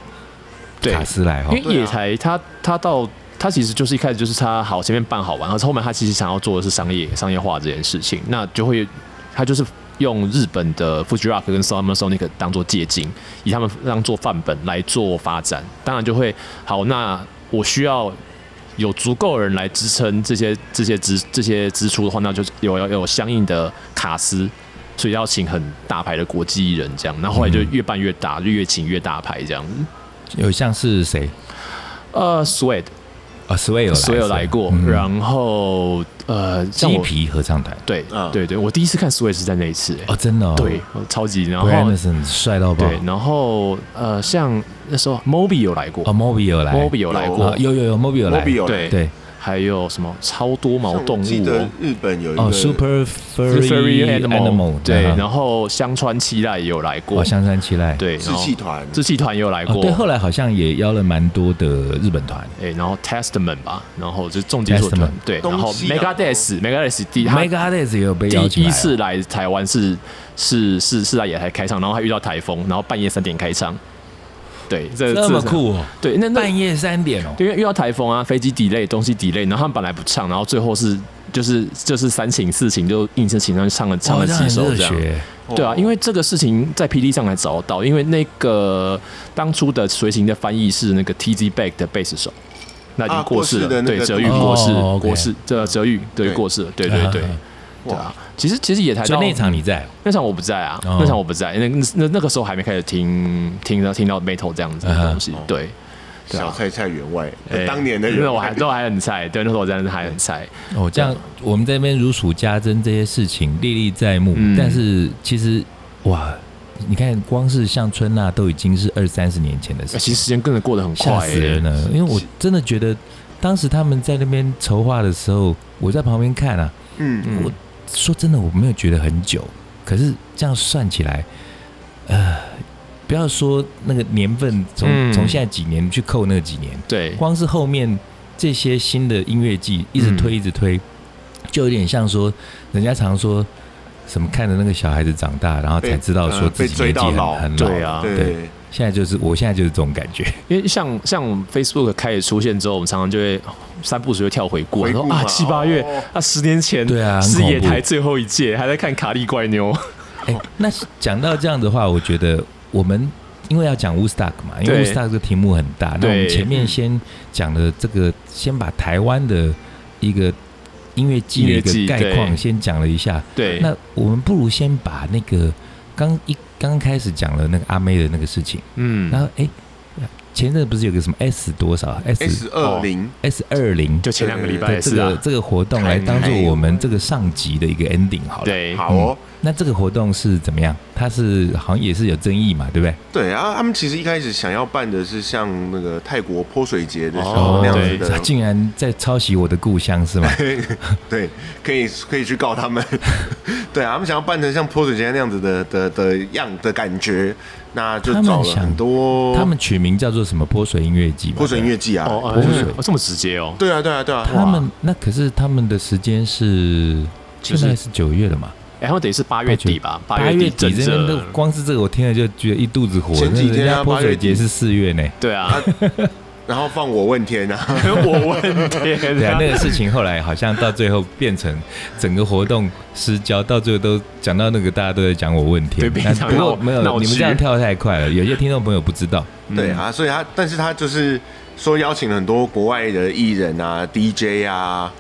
Speaker 2: 对
Speaker 3: 卡，司来哈。
Speaker 2: 因为野台他他到他其实就是一开始就是他好前面办好玩，然后后面他其实想要做的是商业商业化这件事情，那就会他就是用日本的 Fuji Rock 跟 Summer Sonic 当做借鉴，以他们当做范本来做发展，当然就会好，那我需要。有足够的人来支撑这些这些支这些支出的话，那就是有要有相应的卡司，所以要请很大牌的国际艺人这样。那后来就越办越大，就越请越大牌这样子。
Speaker 3: 有像是谁
Speaker 2: 呃，Sweat
Speaker 3: 啊 s w a y 有
Speaker 2: 所有来过，
Speaker 3: 嗯
Speaker 2: 然后呃，像
Speaker 3: 鸡
Speaker 2: 我
Speaker 3: 皮合唱团
Speaker 2: 对、
Speaker 1: 嗯
Speaker 2: 对对，我第一次看 Sway 是在那一次、欸
Speaker 3: 哦，真的哦，
Speaker 2: 对，超级，然后
Speaker 3: ，Brian Anderson 帅到爆
Speaker 2: 对，然后呃，像那时候 Moby 有来过、
Speaker 3: 哦 m o b i 有来
Speaker 2: m o b y 有来过，
Speaker 3: 啊有有有 m o b i 有来
Speaker 1: Moby 有来
Speaker 2: 对，
Speaker 3: 对
Speaker 2: 还有什么超多毛
Speaker 1: 像
Speaker 2: 动
Speaker 1: 记
Speaker 2: 物、
Speaker 1: 得
Speaker 2: 哦。
Speaker 1: 日本有一
Speaker 3: 哦
Speaker 1: 个
Speaker 3: ，Super
Speaker 2: Furry
Speaker 3: Furry Animal
Speaker 2: 对，
Speaker 3: 后
Speaker 2: 然后香川七濑也有来过，
Speaker 3: 哦，香山七濑
Speaker 2: 对，
Speaker 1: 志
Speaker 2: 然后
Speaker 1: 气团，
Speaker 2: 志气团也有来
Speaker 3: 哦
Speaker 2: 过，
Speaker 3: 对，后来好像也邀了蛮多的日本团
Speaker 2: 哎，然后 Testament 吧，然后就是重金属团
Speaker 3: Testament，
Speaker 2: 对，然后
Speaker 1: 东西啊
Speaker 2: Megadeth，Megadeth 第他
Speaker 3: ，Megadeth 也有被
Speaker 2: 第
Speaker 3: 邀请来
Speaker 2: 一
Speaker 3: 哦
Speaker 2: 次来台湾是是是是在野台开唱，然后还遇到台风，然后半夜三点开唱。对，这
Speaker 3: 这么
Speaker 2: 是
Speaker 3: 酷哦，
Speaker 2: 对，那那
Speaker 3: 半夜三点哦，
Speaker 2: 对因为遇到台风啊，飞机 delay，东西 delay，然后他们本来不唱，然后最后是就是就是三请四请就硬是请上去唱了唱
Speaker 3: 哇
Speaker 2: 了
Speaker 3: 这样
Speaker 2: 几
Speaker 3: 很
Speaker 2: 首
Speaker 3: 热
Speaker 2: 这样。
Speaker 3: 血
Speaker 1: 哦
Speaker 2: 对啊，因为这个事情在 PD 上还找得到，因为那个当初的随行的翻译是那个 TZ Back 的贝斯手，那已经
Speaker 1: 啊
Speaker 2: 过世了，
Speaker 1: 过世的那
Speaker 2: 对，
Speaker 1: 个
Speaker 2: 泽玉
Speaker 1: 哦
Speaker 2: 过世，
Speaker 3: OK 啊
Speaker 2: 过世，这泽玉对
Speaker 1: 对
Speaker 2: 过世了，对对对，对啊，其实其实野台
Speaker 3: 所以
Speaker 2: 到
Speaker 3: 那一场你在哦，
Speaker 2: 那场我不在啊，
Speaker 3: 哦
Speaker 2: 那场我不在，那那那那个时候还没开始听听到听到 metal 这样子
Speaker 3: 啊
Speaker 2: 的东西，
Speaker 1: 嗯哼
Speaker 2: 对，对
Speaker 1: 小
Speaker 2: 啊，
Speaker 1: 菜菜员外
Speaker 2: 哎，
Speaker 1: 当年的
Speaker 2: 那
Speaker 1: 员
Speaker 2: 我还
Speaker 1: 外
Speaker 2: 那我还很菜，对，那时候我真的还很
Speaker 3: [LAUGHS]
Speaker 2: 菜，
Speaker 3: 哦，这样我们在那边如数家珍这些事情历历在目，
Speaker 2: 嗯
Speaker 3: 但是其实哇，你看光是像春娜都已经是二三十年前的事
Speaker 2: 哎其
Speaker 3: 情，
Speaker 2: 实时间跟着过得很
Speaker 3: 吓
Speaker 2: 快、
Speaker 3: 死人啊
Speaker 2: 欸，
Speaker 3: 了。因为我真的觉得当时他们在那边筹划的时候，我在旁边看啊，
Speaker 1: 嗯，
Speaker 2: 嗯
Speaker 3: 我说真的我没有觉得很久，可是这样算起来，呃，不要说那个年份，从
Speaker 2: 嗯
Speaker 3: 从现在几年去扣那几年，
Speaker 2: 对，
Speaker 3: 光是后面这些新的音乐季一直
Speaker 1: 嗯
Speaker 3: 推一直推，就有点像说人家常说什么看着那个小孩子长大，然后才
Speaker 1: 被
Speaker 3: 知道说
Speaker 1: 呃
Speaker 3: 自
Speaker 1: 被
Speaker 3: 己
Speaker 1: 追
Speaker 3: 年纪
Speaker 1: 到
Speaker 3: 很
Speaker 1: 老，
Speaker 3: 很老。
Speaker 2: 对啊
Speaker 1: 对
Speaker 3: 对，现在就是我现在就是这种感觉，
Speaker 2: 因为像像 Facebook 开始出现之后，我们常常就会三步时会跳回顾啊，
Speaker 1: 回顾
Speaker 2: 说
Speaker 1: 嘛
Speaker 2: 啊七八月、
Speaker 1: 哦
Speaker 2: 啊十年前
Speaker 3: 对啊很
Speaker 2: 是
Speaker 3: 恐
Speaker 2: 野
Speaker 3: 怖
Speaker 2: 台最后一届，还在看卡利怪妞，
Speaker 3: 哎、那讲到这样的话，我觉得我们因为要讲 Woodstock 嘛，因为
Speaker 2: 对
Speaker 3: Woodstock 这个题目很大，那我们
Speaker 2: 对
Speaker 3: 前面先讲的这个，先把台湾的一个音乐季的
Speaker 2: 音乐
Speaker 3: 一
Speaker 2: 季
Speaker 3: 个概况
Speaker 2: 对
Speaker 3: 先讲了一下。
Speaker 2: 对，
Speaker 3: 那我们不如先把那个刚一刚开始讲了那个阿妹的那个事情，
Speaker 2: 嗯，
Speaker 3: 然后哎、前阵子不是有个什么 S 多少啊 S
Speaker 1: S 二零
Speaker 3: S 二零
Speaker 2: 就前两个礼拜
Speaker 3: 的
Speaker 2: 也
Speaker 3: 这
Speaker 2: 是啊
Speaker 3: 个，这个活动来当做我们这个上集的一个 ending 好了。
Speaker 2: 对，
Speaker 1: 好哦，
Speaker 3: 那这个活动是怎么样？它是好像也是有争议嘛，对不对？
Speaker 1: 对，然后他们其实一开始想要办的是像那个泰国泼水节的时
Speaker 2: 哦
Speaker 1: 候那样子
Speaker 3: 他
Speaker 1: 的，
Speaker 3: 竟然在抄袭我的故乡是吗？ [LAUGHS]
Speaker 1: 对，可以可以去告他们。对啊，他们想要办成像泼水节那样子的的的样的感觉，那就
Speaker 3: 他们
Speaker 1: 找了
Speaker 3: 想
Speaker 1: 很多
Speaker 3: 他们取名叫做什么泼水音乐季嘛？
Speaker 1: 哦泼水音乐季啊。
Speaker 2: 哦，
Speaker 3: 泼
Speaker 2: 哦
Speaker 3: 水
Speaker 2: [LAUGHS] 哦这么直接哦，
Speaker 1: 对啊，对啊，对啊
Speaker 3: 对不，对。他们那可是他们的时间是
Speaker 2: 就
Speaker 3: 现
Speaker 2: 是
Speaker 3: 在是九月了嘛？
Speaker 2: 哎，他们等于是八月底吧，八
Speaker 3: 月
Speaker 2: 底
Speaker 3: 底
Speaker 2: 整
Speaker 3: 这边都
Speaker 2: 着，
Speaker 3: 光是这个，我听了就觉得一肚子火。
Speaker 1: 前几天啊
Speaker 3: 人家泼
Speaker 1: 八月
Speaker 3: 水
Speaker 1: 底
Speaker 3: 节是四月呢。
Speaker 2: 对 [LAUGHS] 啊，
Speaker 1: 然后放我问天啊，
Speaker 2: 我问天，
Speaker 3: [LAUGHS] 对啊，那个事情后来好像到最后变成整个活动失焦，到最后都讲到那个大家都在讲我问题
Speaker 2: 对。平
Speaker 3: 那
Speaker 2: 常
Speaker 3: 不过
Speaker 2: 闹
Speaker 3: 没有，
Speaker 2: 闹
Speaker 3: 你们
Speaker 2: 剧
Speaker 3: 这样跳太快了，有些听众朋友不知道。
Speaker 1: 对啊，所以他，但是他就是说邀请了很多国外的艺人啊、DJ 啊，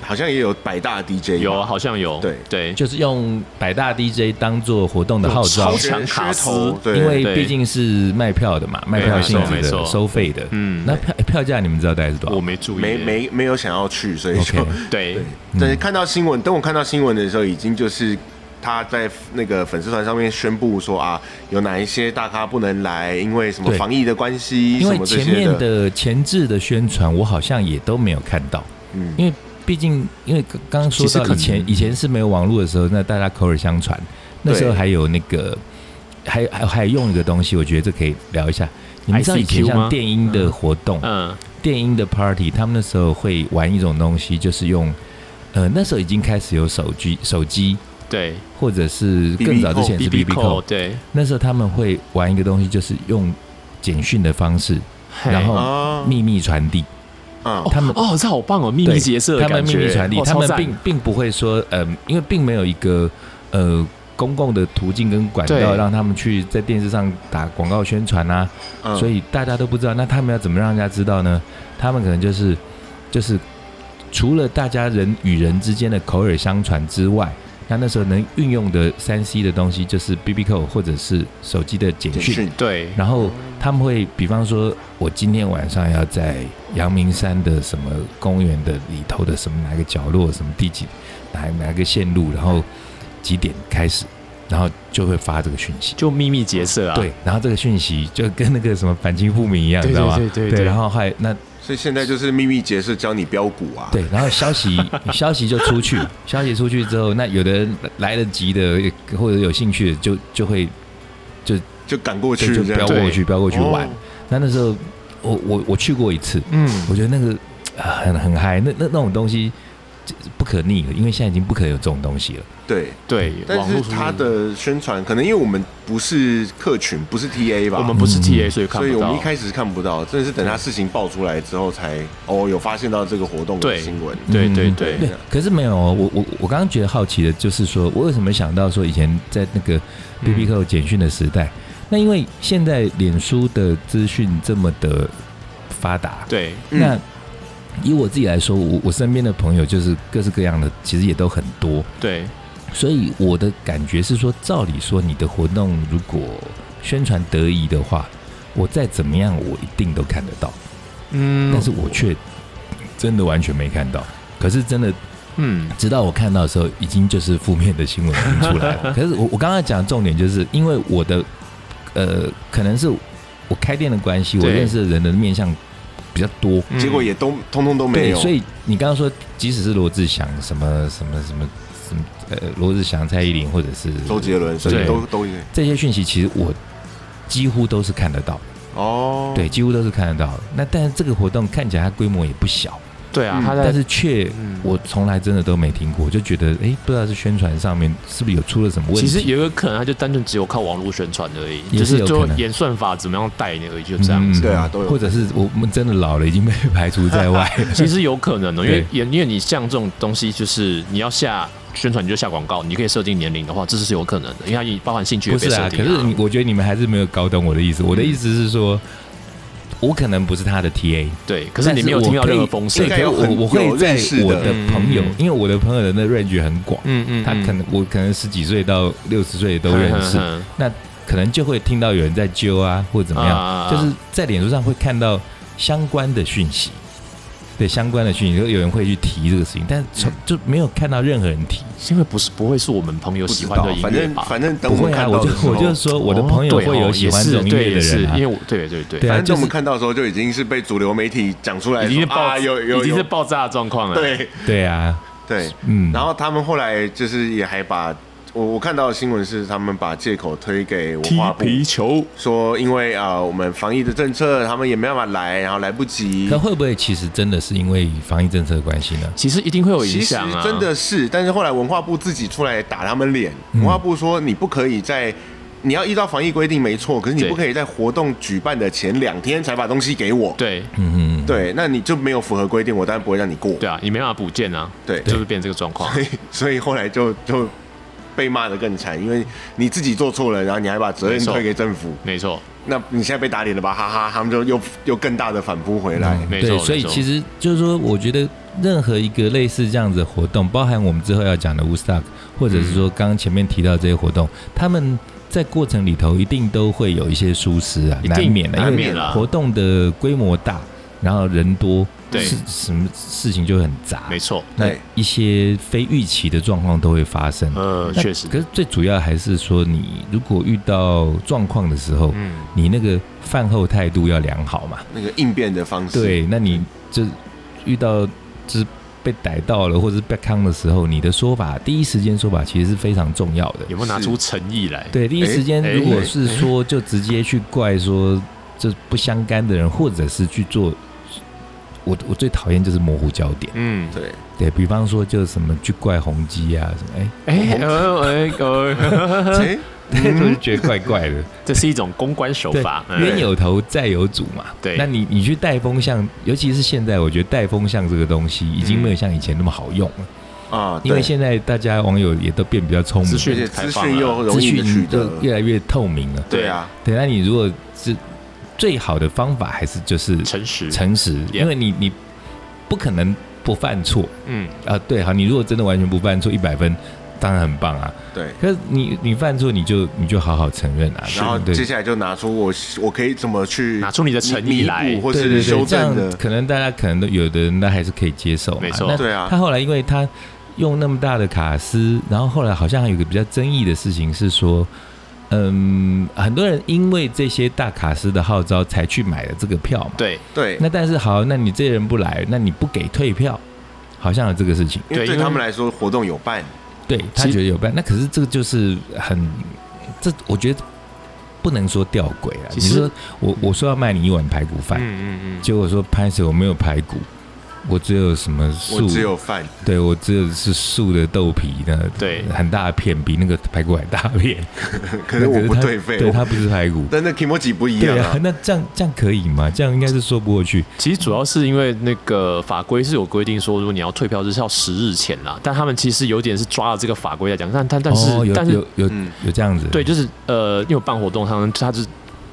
Speaker 1: 好像也有百大 DJ，
Speaker 2: 有
Speaker 1: 嘛
Speaker 2: 啊，好像有，
Speaker 1: 对
Speaker 2: 对，
Speaker 3: 就是用百大 DJ 当做活动的号召
Speaker 2: 超
Speaker 1: 噱，
Speaker 2: 强卡司
Speaker 1: 噱头对，
Speaker 3: 因为
Speaker 2: 对
Speaker 3: 毕竟是卖票的嘛，卖票性质
Speaker 2: 没错没
Speaker 3: 的，
Speaker 2: 错
Speaker 3: 收费的。
Speaker 2: 嗯
Speaker 3: 那票哎票价你们知道大概是多
Speaker 2: 我
Speaker 3: 少？
Speaker 2: 没注意，
Speaker 1: 没没没有想要去，所以就
Speaker 3: OK 嗯
Speaker 2: 对，
Speaker 1: [LAUGHS] 对，看到新闻，等我看到新闻的时候，已经就是他在那个粉丝团上面宣布说啊，有哪一些大咖不能来，因为什么
Speaker 3: 对
Speaker 1: 防疫的关系，
Speaker 3: 因
Speaker 1: 什
Speaker 3: 为
Speaker 1: 么这
Speaker 3: 前
Speaker 1: 些
Speaker 3: 面的前置的宣传，我好像也都没有看到。
Speaker 1: 嗯
Speaker 3: 因为毕竟，因为刚刚说
Speaker 2: 其实
Speaker 3: 到
Speaker 2: 可
Speaker 3: 以前，
Speaker 2: 能
Speaker 3: 以前是没有网络的时候，那大家口耳相传，那时候
Speaker 1: 对
Speaker 3: 还有那个，还还还用一个东西，我觉得这可以聊一下。你们知道以前
Speaker 2: ICQ
Speaker 3: 像
Speaker 2: 吗
Speaker 3: 电音的活动，
Speaker 2: 嗯，
Speaker 3: 电音的 party，他们那时候会玩一种东西，就是用，呃，那时候已经开始有手机手机
Speaker 2: 对
Speaker 3: 或者是更早之前是
Speaker 2: 哦 B B
Speaker 3: BB
Speaker 2: 扣，
Speaker 3: 扣，
Speaker 2: 对，
Speaker 3: 那时候他们会玩一个东西，就是用简讯的方式
Speaker 2: 嘿
Speaker 3: 然后
Speaker 1: 啊，
Speaker 3: 秘密传递。
Speaker 1: 嗯
Speaker 2: 哦
Speaker 3: 他们
Speaker 2: 哦，这好棒哦，秘密
Speaker 3: 对
Speaker 2: 结社的
Speaker 3: 他们
Speaker 2: 感
Speaker 3: 秘
Speaker 2: 觉，
Speaker 3: 密传递，
Speaker 2: 哦
Speaker 3: 他
Speaker 2: 超
Speaker 3: 们
Speaker 2: 赞
Speaker 3: 并并不会说，呃，因为并没有一个呃公共的途径跟管道
Speaker 2: 对
Speaker 3: 让他们去在电视上打广告宣传啊，
Speaker 1: 嗯
Speaker 3: 所以大家都不知道。那他们要怎么让人家知道呢？他们可能就是就是除了大家人与人之间的口耳相传之外。那那时候能运用的三 C 的东西就是 B B 扣或者是手机的简
Speaker 1: 简
Speaker 3: 讯，
Speaker 1: 讯
Speaker 2: 对，
Speaker 3: 然后他们会，比方说，我今天晚上要在阳明山的什么公园的里头的什么哪个角落，什么第几哪哪个线路，然后几点开始，然后就会发这个讯息。
Speaker 2: 就秘密结社啊，
Speaker 3: 对，然后这个讯息就跟那个什么反清复明一样，
Speaker 2: 对
Speaker 3: 你知道吗？
Speaker 2: 对对对对
Speaker 3: 然后还那
Speaker 1: 所以现在就是秘密结社教你标股啊，
Speaker 3: 对，然后消
Speaker 2: [LAUGHS]
Speaker 3: 息消息就出去，消息出去之后，那有的人来得及的或者有兴趣的就就会
Speaker 1: 就赶过去
Speaker 3: 就就
Speaker 1: 这
Speaker 3: 飙
Speaker 1: 样
Speaker 2: 对
Speaker 3: 过去飙过去玩。
Speaker 1: 哦
Speaker 3: 那那时候我我我去过一次，
Speaker 2: 嗯，
Speaker 3: 我觉得那个啊很很嗨，那那那种东西这不可逆的，因为现在已经不可能有这种东西了。
Speaker 1: 对，
Speaker 2: 对，
Speaker 1: 但
Speaker 2: 网络
Speaker 1: 是
Speaker 2: 上面
Speaker 1: 它的宣传可能因为我们不是客群，不是 TA 吧，
Speaker 2: 我们不是
Speaker 3: 嗯
Speaker 2: T A，所以看
Speaker 1: 所以
Speaker 2: 不
Speaker 1: 我们
Speaker 2: 到
Speaker 1: 一。开始是看不到，真的是等他事情爆出来之后才哦有发现到这个活动的
Speaker 2: 对
Speaker 1: 新闻。
Speaker 2: 对
Speaker 3: 嗯
Speaker 2: 对对
Speaker 3: 对，可是没有哦，我我我刚刚觉得好奇的就是说，我为什么想到说以前在那
Speaker 2: 嗯
Speaker 3: 个 B B 扣简讯的时代，那因为现在脸书的资讯这么的发达，
Speaker 2: 对，
Speaker 1: 嗯
Speaker 3: 那。以我自己来说，我我身边的朋友就是各式各样的，其实也都很多。
Speaker 2: 对，
Speaker 3: 所以我的感觉是说，照理说你的活动如果宣传得宜的话，我再怎么样我一定都看得到，
Speaker 2: 嗯，
Speaker 3: 但是我却真的完全没看到。可是真的，
Speaker 2: 嗯，
Speaker 3: 直到我看到的时候，已经就是负面的新闻已经出来
Speaker 1: [LAUGHS]
Speaker 3: 了。可是我我刚刚讲的重点就是，因为我的呃，可能是我开店的关系，我
Speaker 2: 对
Speaker 3: 认识的人的面向比较多，
Speaker 2: 嗯
Speaker 1: 结果也都通通都没
Speaker 3: 对，
Speaker 1: 有，
Speaker 3: 所以你刚刚说，即使是罗志祥什么什么什么什么呃，罗志祥、蔡依林或者是
Speaker 1: 周杰伦所以
Speaker 2: 对
Speaker 1: 都都
Speaker 3: 这些讯息其实我几乎都是看得到，
Speaker 1: 哦，
Speaker 3: 对，，几乎都是看得到的。那但是这个活动看起来它规模也不小，
Speaker 2: 对啊
Speaker 1: 嗯，
Speaker 2: 他在
Speaker 3: 但是却
Speaker 2: 嗯
Speaker 3: 我从来真的都没听过，我就觉得哎，不知道是宣传上面是不是有出了什么问
Speaker 2: 其
Speaker 3: 题？
Speaker 2: 实有一个可能，他就单纯只有靠网络宣传而已，
Speaker 3: 也
Speaker 2: 就是
Speaker 3: 有
Speaker 2: 是
Speaker 3: 可
Speaker 2: 就
Speaker 3: 能嗯
Speaker 2: 演算法怎么样带你而已，就这样子。
Speaker 1: 对啊都有
Speaker 3: 或者是我们真的老了，已经被排除
Speaker 2: [LAUGHS]
Speaker 3: 在外。
Speaker 2: 其实有可能的，哦因为
Speaker 3: 对
Speaker 2: 也因为你像这种东西，就是你要下宣传，你就下广告，你可以设定年龄的话，这是有可能的，因为它也包含兴趣也
Speaker 3: 不
Speaker 2: 被
Speaker 3: 是啊，
Speaker 2: 设
Speaker 3: 可
Speaker 2: 定、
Speaker 3: 是你，我觉得你们还是没有搞懂我的意思。我的意思是说，我可能不是他的 TA，
Speaker 2: 对，可是你没有听到任何风声
Speaker 1: 应
Speaker 3: 对，，可
Speaker 1: 该
Speaker 3: 是
Speaker 1: 有
Speaker 3: 我
Speaker 1: 很
Speaker 3: 我会
Speaker 1: 有
Speaker 3: 在
Speaker 1: 认识的
Speaker 3: 我的朋友
Speaker 2: 嗯嗯，
Speaker 3: 因为我的朋友的那 range 很广，
Speaker 2: 嗯嗯
Speaker 3: 他可能我可能十几岁到六十岁都认识，
Speaker 2: 嗯嗯嗯
Speaker 3: 那可能就会听到有人在揪啊，或者怎么
Speaker 2: 啊啊
Speaker 3: 样，
Speaker 2: 啊
Speaker 3: 就是在脸书上会看到相关的讯息，对相关的讯息，就有人会去提这个事情，但
Speaker 2: 嗯
Speaker 3: 从就没有看到任何人提。
Speaker 2: 因为不是不会是我们朋友
Speaker 1: 不
Speaker 2: 喜
Speaker 1: 知
Speaker 2: 欢
Speaker 1: 道
Speaker 2: 的，音
Speaker 1: 反
Speaker 2: 乐
Speaker 1: 正
Speaker 2: 吧？
Speaker 1: 反正等
Speaker 3: 不
Speaker 1: 我
Speaker 3: 会
Speaker 1: 们
Speaker 3: 啊，
Speaker 1: 看
Speaker 3: 我
Speaker 1: 到
Speaker 3: 就
Speaker 1: 的时候，
Speaker 3: 我就说我的朋友
Speaker 2: 哦对哦
Speaker 3: 会有喜欢这种音乐的
Speaker 2: 也是对
Speaker 3: 人
Speaker 2: 也
Speaker 3: 啊
Speaker 2: 是因为，我对对对，
Speaker 3: 对啊
Speaker 1: 反正等
Speaker 3: 就是
Speaker 1: 我们看到的时候就已经是被主流媒体讲出来说，
Speaker 2: 已经是爆、
Speaker 1: 啊有有
Speaker 2: 已经是
Speaker 1: 有
Speaker 2: 爆炸的状况了。，
Speaker 1: 对
Speaker 3: 对啊，
Speaker 1: 对，
Speaker 3: 嗯，
Speaker 1: 然后他们后来就是也还把我我看到的新闻是他们把借口推给文
Speaker 2: 踢
Speaker 1: 化部，
Speaker 2: 皮球，
Speaker 1: 说因为啊、呃我们防疫的政策，他们也没办法来，然后来不及
Speaker 3: 可。会不会其实真的是因为防疫政策的关系呢？
Speaker 2: 其实一定会有
Speaker 1: 其
Speaker 2: 影
Speaker 1: 实
Speaker 2: 响啊。
Speaker 1: 真的是，但是后来文化部自己出来打他们脸，
Speaker 2: 嗯
Speaker 1: 文化部说你不可以在。你要依照防疫规定没错，可是你
Speaker 2: 对
Speaker 1: 不可以在活动举办的前两天才把东西给我。
Speaker 2: 对
Speaker 3: 嗯嗯，嗯，
Speaker 1: 对，那你就没有符合规定，我当然不会让你过。
Speaker 2: 对啊，你没办法补件啊，
Speaker 1: 对
Speaker 3: 嗯
Speaker 1: [LAUGHS]
Speaker 2: 就是变这个状况。
Speaker 1: 所以所以后来就就被骂得更惨，因为你自己做错了，然后你还把责任
Speaker 2: 没错
Speaker 1: 推给政府。
Speaker 2: 没错，
Speaker 1: 那你现在被打脸了吧？哈哈，他们就又又更大的反扑回来。
Speaker 2: 没错
Speaker 3: 嗯对，
Speaker 2: 没
Speaker 3: 所以
Speaker 2: 错
Speaker 3: 其实就是说，我觉得任何一个类似这样子的活动，包含我们之后要讲的 Woodstock，或者是说刚刚前面提到这些活动，他们在过程里头一定都会有一些疏失啊，
Speaker 2: 一定
Speaker 3: 难免的，
Speaker 2: 难
Speaker 3: 因
Speaker 2: 免啊
Speaker 3: 为
Speaker 2: 啦
Speaker 3: 活动的规模大，然后人多，
Speaker 2: 对
Speaker 3: 是什么事情就很杂，
Speaker 2: 没错，
Speaker 3: 那
Speaker 1: 对
Speaker 3: 一些非预期的状况都会发生。
Speaker 2: 呃，
Speaker 3: 那
Speaker 2: 确实，
Speaker 3: 可是最主要还是说，你如果遇到状况的时候，
Speaker 2: 嗯，
Speaker 3: 你那个饭后态度要良好嘛。
Speaker 1: 那个应变的方式，，
Speaker 3: 对，那你就遇到就是被逮到了或者是被康的时候，你的说法第一时间说法其实是非常重要的。
Speaker 2: 有没有拿出诚意来？
Speaker 3: 对，第一时间
Speaker 2: 哎
Speaker 3: 如果是说就直接去怪说这不相干的人，或者是去做我我最讨厌就是模糊焦点，
Speaker 2: 嗯，
Speaker 1: 对，
Speaker 3: 对比方说就是什么巨怪宏基啊什么，哎、
Speaker 2: 哎呃哎呃， [LAUGHS]
Speaker 1: 哎，
Speaker 3: 我就觉得怪怪的。
Speaker 2: 这是一种公关手
Speaker 3: 对
Speaker 2: 法，，嗯
Speaker 3: 冤有头债有主嘛。
Speaker 2: 对
Speaker 3: 那你你去带风向，尤其是现在，我觉得带风向这个东西已经没有像以前那么好用了，
Speaker 1: 啊，
Speaker 3: 因为
Speaker 1: 对
Speaker 3: 现在大家网友也都变比较聪明，
Speaker 2: 资
Speaker 1: 而
Speaker 2: 讯
Speaker 1: 且
Speaker 2: 开
Speaker 1: 资
Speaker 2: 放了
Speaker 1: 讯又容
Speaker 3: 资
Speaker 1: 易
Speaker 3: 讯
Speaker 1: 的取得
Speaker 3: 就，越来越透明了。
Speaker 1: 对啊，
Speaker 3: 对，那你如果是最好的方法，还是就是
Speaker 2: 诚实，
Speaker 3: 诚实，
Speaker 2: Yeah
Speaker 3: 因为你你不可能不犯错
Speaker 2: 嗯，
Speaker 3: 啊。对，好，你如果真的完全不犯错，一百分。当然很棒啊！
Speaker 1: 对。
Speaker 3: 可是你你犯错，你就你就好好承认啊。
Speaker 1: 然后
Speaker 3: 对
Speaker 1: 接下来就拿出我我可以怎么去
Speaker 2: 拿出你的诚意
Speaker 1: 弥补
Speaker 2: 来
Speaker 1: 或
Speaker 3: 对
Speaker 1: 是
Speaker 3: 对对，
Speaker 1: 修
Speaker 3: 这
Speaker 1: 正
Speaker 3: 样
Speaker 1: 的，
Speaker 3: 可能大家可能都有的人他还是可以接受嘛。
Speaker 2: 没错
Speaker 3: 那
Speaker 1: 对啊
Speaker 3: 他后来因为他用那么大的卡斯，然后后来好像还有一个比较争议的事情是说，嗯，很多人因为这些大卡斯的号召才去买了这个票嘛。。
Speaker 2: 对
Speaker 1: 对，
Speaker 3: 那但是好，那你这些人不来，那你不给退票，好像有这个事情。
Speaker 1: 因为
Speaker 2: 对
Speaker 1: 对
Speaker 2: 因为
Speaker 1: 他们来说活动有伴，
Speaker 3: 对他
Speaker 2: 其实
Speaker 3: 觉得有办，那可是这个就是很，这我觉得不能说吊诡啊。
Speaker 2: 其
Speaker 3: 你
Speaker 2: 实
Speaker 3: 说我我说要卖你一碗排骨饭，
Speaker 2: 嗯嗯嗯，
Speaker 3: 结果说拍手我没有排骨，我只有什么
Speaker 1: 我
Speaker 3: 素，
Speaker 1: 只有饭，
Speaker 3: 对我只有是素的豆皮呢，
Speaker 2: 对
Speaker 3: 很大片，比那个排骨还大片。
Speaker 1: [LAUGHS] 可是我不
Speaker 3: 它
Speaker 1: 对费，
Speaker 3: [LAUGHS] 对
Speaker 1: 我
Speaker 3: 它不
Speaker 1: [LAUGHS]
Speaker 3: 是排骨。
Speaker 1: 但那 Kimoji 不一样
Speaker 3: 对
Speaker 1: 啊
Speaker 3: 啊，， [LAUGHS] 那这样这样可以吗？这样应该是说不过去。
Speaker 2: 其实主要是因为那个法规是有规定说，如果你要退票，就是要十日前啦。但他们其实有点是抓了这个法规来讲，但但但是、
Speaker 3: 哦、有
Speaker 2: 但是
Speaker 3: 有有
Speaker 1: 嗯
Speaker 3: 有这样子，
Speaker 2: 对，就是呃，因为我办活动，他们他就是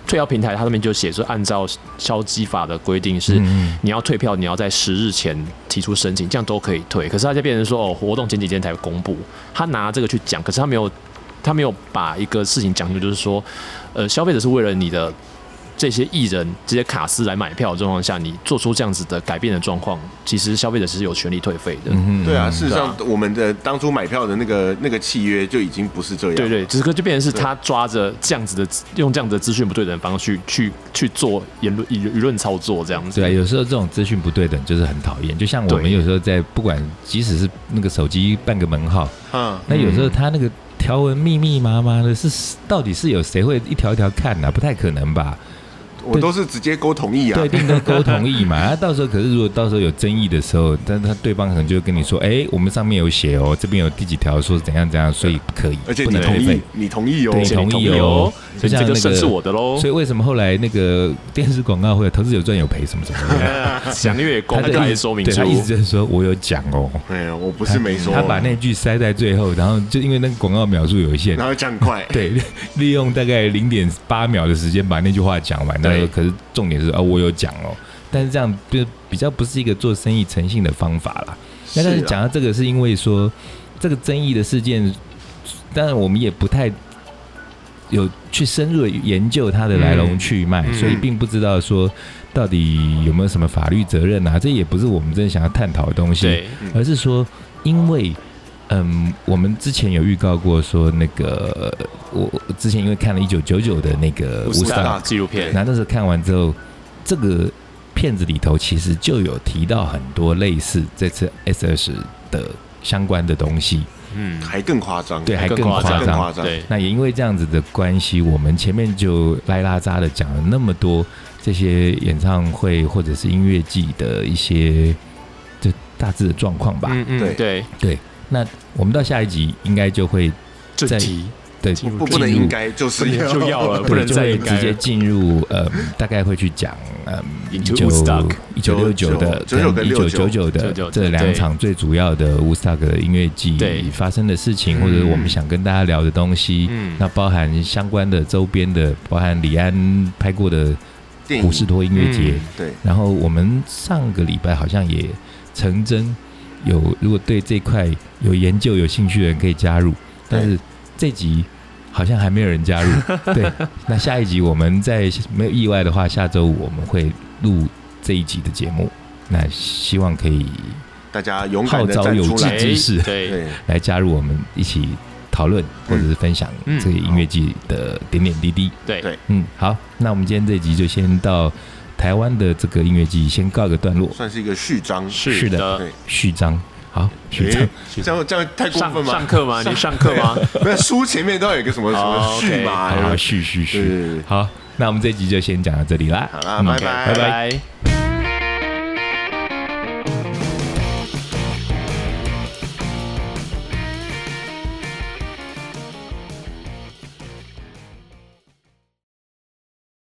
Speaker 2: 退票平台，他那边就写说，按照消基法的规定是。
Speaker 3: 嗯
Speaker 2: 你要退票，你要在十日前提出申请，这样都可以退。可是他就变成说，哦，活动前几天才公布，他拿这个去讲，可是他没有，他没有把一个事情讲清楚，就是说，呃，消费者是为了你的这些艺人、这些卡司来买票的状况下，你做出这样子的改变的状况，其实消费者是有权利退费的。
Speaker 3: 嗯
Speaker 1: 对啊，事实上
Speaker 2: 对
Speaker 1: 我们的当初买票的那个那个契约就已经不是这样，
Speaker 2: 对对，只是就变成是他抓着这样子的，用这样子的资讯不对等的方式去去去做言论舆舆论操作，这样子。
Speaker 3: 对啊，有时候这种资讯不对等就是很讨厌。就像我们
Speaker 2: 对
Speaker 3: 有时候在不管，即使是那个手机办个门号，
Speaker 1: 嗯，
Speaker 3: 那有时候他那个条文密密麻麻的，是到底是有谁会一条一条看啊呢、不太可能吧？
Speaker 1: 我都是直接勾同意啊
Speaker 3: 对，，一定都沟同
Speaker 1: [LAUGHS]
Speaker 3: 意嘛。啊，到时候可是如果到时候有争议的时候，但他对方可能就会跟你说，哎、我们上面有写哦，这边有第几条说怎样怎样，所以不可以，
Speaker 1: 而且
Speaker 3: 不
Speaker 1: 你
Speaker 3: 能
Speaker 1: 同
Speaker 3: 退
Speaker 1: 意
Speaker 3: 费。，
Speaker 1: 你同意哦，
Speaker 3: 对
Speaker 2: 所以你
Speaker 3: 同
Speaker 2: 同
Speaker 3: 意
Speaker 2: 意
Speaker 3: 哦
Speaker 2: 哦，所以
Speaker 3: 就像
Speaker 2: 这个
Speaker 3: 那个
Speaker 2: 胜是我的
Speaker 1: 哦
Speaker 2: 喽
Speaker 3: 所。以为什么后来那个电视广告会有投资有赚有赔什么什么的？
Speaker 1: [LAUGHS]
Speaker 2: [LAUGHS] 详阅公
Speaker 3: 他的
Speaker 2: 开
Speaker 3: 意
Speaker 2: 说明
Speaker 3: 对
Speaker 2: 书
Speaker 3: 他，一直在说我有讲哦，
Speaker 1: 哎呀，我不是没说，
Speaker 3: 他把那句塞在最后，然后就因为那个广告描述有限
Speaker 1: 然，后讲快，
Speaker 3: 对，利 [LAUGHS] 用大概零点八秒的时间把那句话讲完。
Speaker 2: 对
Speaker 3: 那可是重点是啊、我有讲哦，但是这样就比较不是一个做生意诚信的方法啦。那但是
Speaker 1: 啊
Speaker 3: 讲到这个，是因为说这个争议的事件，当然我们也不太有去深入的研究它的来龙去脉，
Speaker 2: 嗯
Speaker 3: 所以并不知道说到底有没有什么法律责任啊，这也不是我们真的想要探讨的东西，
Speaker 2: 对，
Speaker 3: 而是说因为。嗯，我们之前有预告过说那个，我我之前因为看了一九九九的那个
Speaker 2: 乌
Speaker 3: 乌
Speaker 2: 斯
Speaker 3: 斯
Speaker 2: 达
Speaker 3: 达，
Speaker 2: 啊纪录片，
Speaker 3: 那那时候看完之后，这个片子里头其实就有提到很多类似这次 S 二十的相关的东西，
Speaker 2: 嗯，
Speaker 1: 还更夸张，
Speaker 3: 对，还
Speaker 2: 更
Speaker 3: 更
Speaker 2: 夸
Speaker 3: 夸
Speaker 2: 张
Speaker 1: 更夸
Speaker 3: 张。
Speaker 1: 张，
Speaker 2: 对，
Speaker 3: 那也因为这样子的关系，我们前面就拉拉扎的讲了那么多这些演唱会或者是音乐季的一些就大致的状况吧。
Speaker 2: 嗯
Speaker 1: 对
Speaker 2: 嗯，对，
Speaker 3: 我们到下一集应该就会
Speaker 2: 这
Speaker 3: 在
Speaker 2: 题
Speaker 3: 对
Speaker 2: 进入
Speaker 1: 不不能应该就是
Speaker 3: [LAUGHS]
Speaker 2: 不能就要了不
Speaker 3: 对
Speaker 2: 能
Speaker 3: 就
Speaker 2: 再
Speaker 3: 会
Speaker 2: 应该
Speaker 3: 直接
Speaker 2: 了
Speaker 3: 进入呃，大概会去讲嗯一
Speaker 2: Into
Speaker 3: 九
Speaker 2: Woodstock
Speaker 3: 一九六九的
Speaker 1: 99跟
Speaker 3: 一九九九的
Speaker 2: 99
Speaker 3: 这两场最主要的 Woodstock 的音乐季
Speaker 2: 对
Speaker 3: 发生的事情，
Speaker 2: 嗯
Speaker 3: 或者我们想跟大家聊的东西，
Speaker 2: 嗯
Speaker 3: 那包含相关的周边的，包含李安拍过的
Speaker 1: [LAUGHS] 电
Speaker 3: 胡士
Speaker 1: 影，
Speaker 3: 托音乐
Speaker 2: 嗯
Speaker 3: 节，
Speaker 1: 对，
Speaker 3: 然后我们上个礼拜好像也成真有，如果对这块有研究、有兴趣的人可以加入，但是这集好像还没有人加入。对，那下一集我们在没有意外的话，下周五我们会录这一集的节目。那希望可以
Speaker 1: 大家勇敢的
Speaker 3: 号召
Speaker 1: 站
Speaker 3: 有
Speaker 1: 出
Speaker 3: 志
Speaker 1: 来
Speaker 2: 哎，
Speaker 3: 之士
Speaker 2: 对，
Speaker 1: 对，
Speaker 3: 来加入我们一起讨论或者是分享
Speaker 2: 嗯
Speaker 3: 这个音乐季的点点滴滴。
Speaker 2: 对
Speaker 1: 对
Speaker 3: 嗯，好，那我们今天这集就先到台湾的这个音乐季先告一个段落。
Speaker 1: 算是一个序章，
Speaker 2: 是
Speaker 3: 的
Speaker 2: 的
Speaker 1: 对，
Speaker 3: 序章，好，序章
Speaker 1: 诶，这样这样太过分
Speaker 2: 上
Speaker 1: 吗？
Speaker 2: 上课吗？你上课吗？
Speaker 1: 那书前面都要有一个什么什么
Speaker 2: 哦
Speaker 1: 序嘛？
Speaker 2: OK
Speaker 1: 对不
Speaker 3: 好，
Speaker 1: 哎对
Speaker 3: 序序序
Speaker 1: 是，
Speaker 3: 好，那我们这一集就先讲到这里啦，
Speaker 1: 好啦，
Speaker 3: 嗯
Speaker 1: 拜
Speaker 2: 拜
Speaker 1: 拜。
Speaker 2: 拜。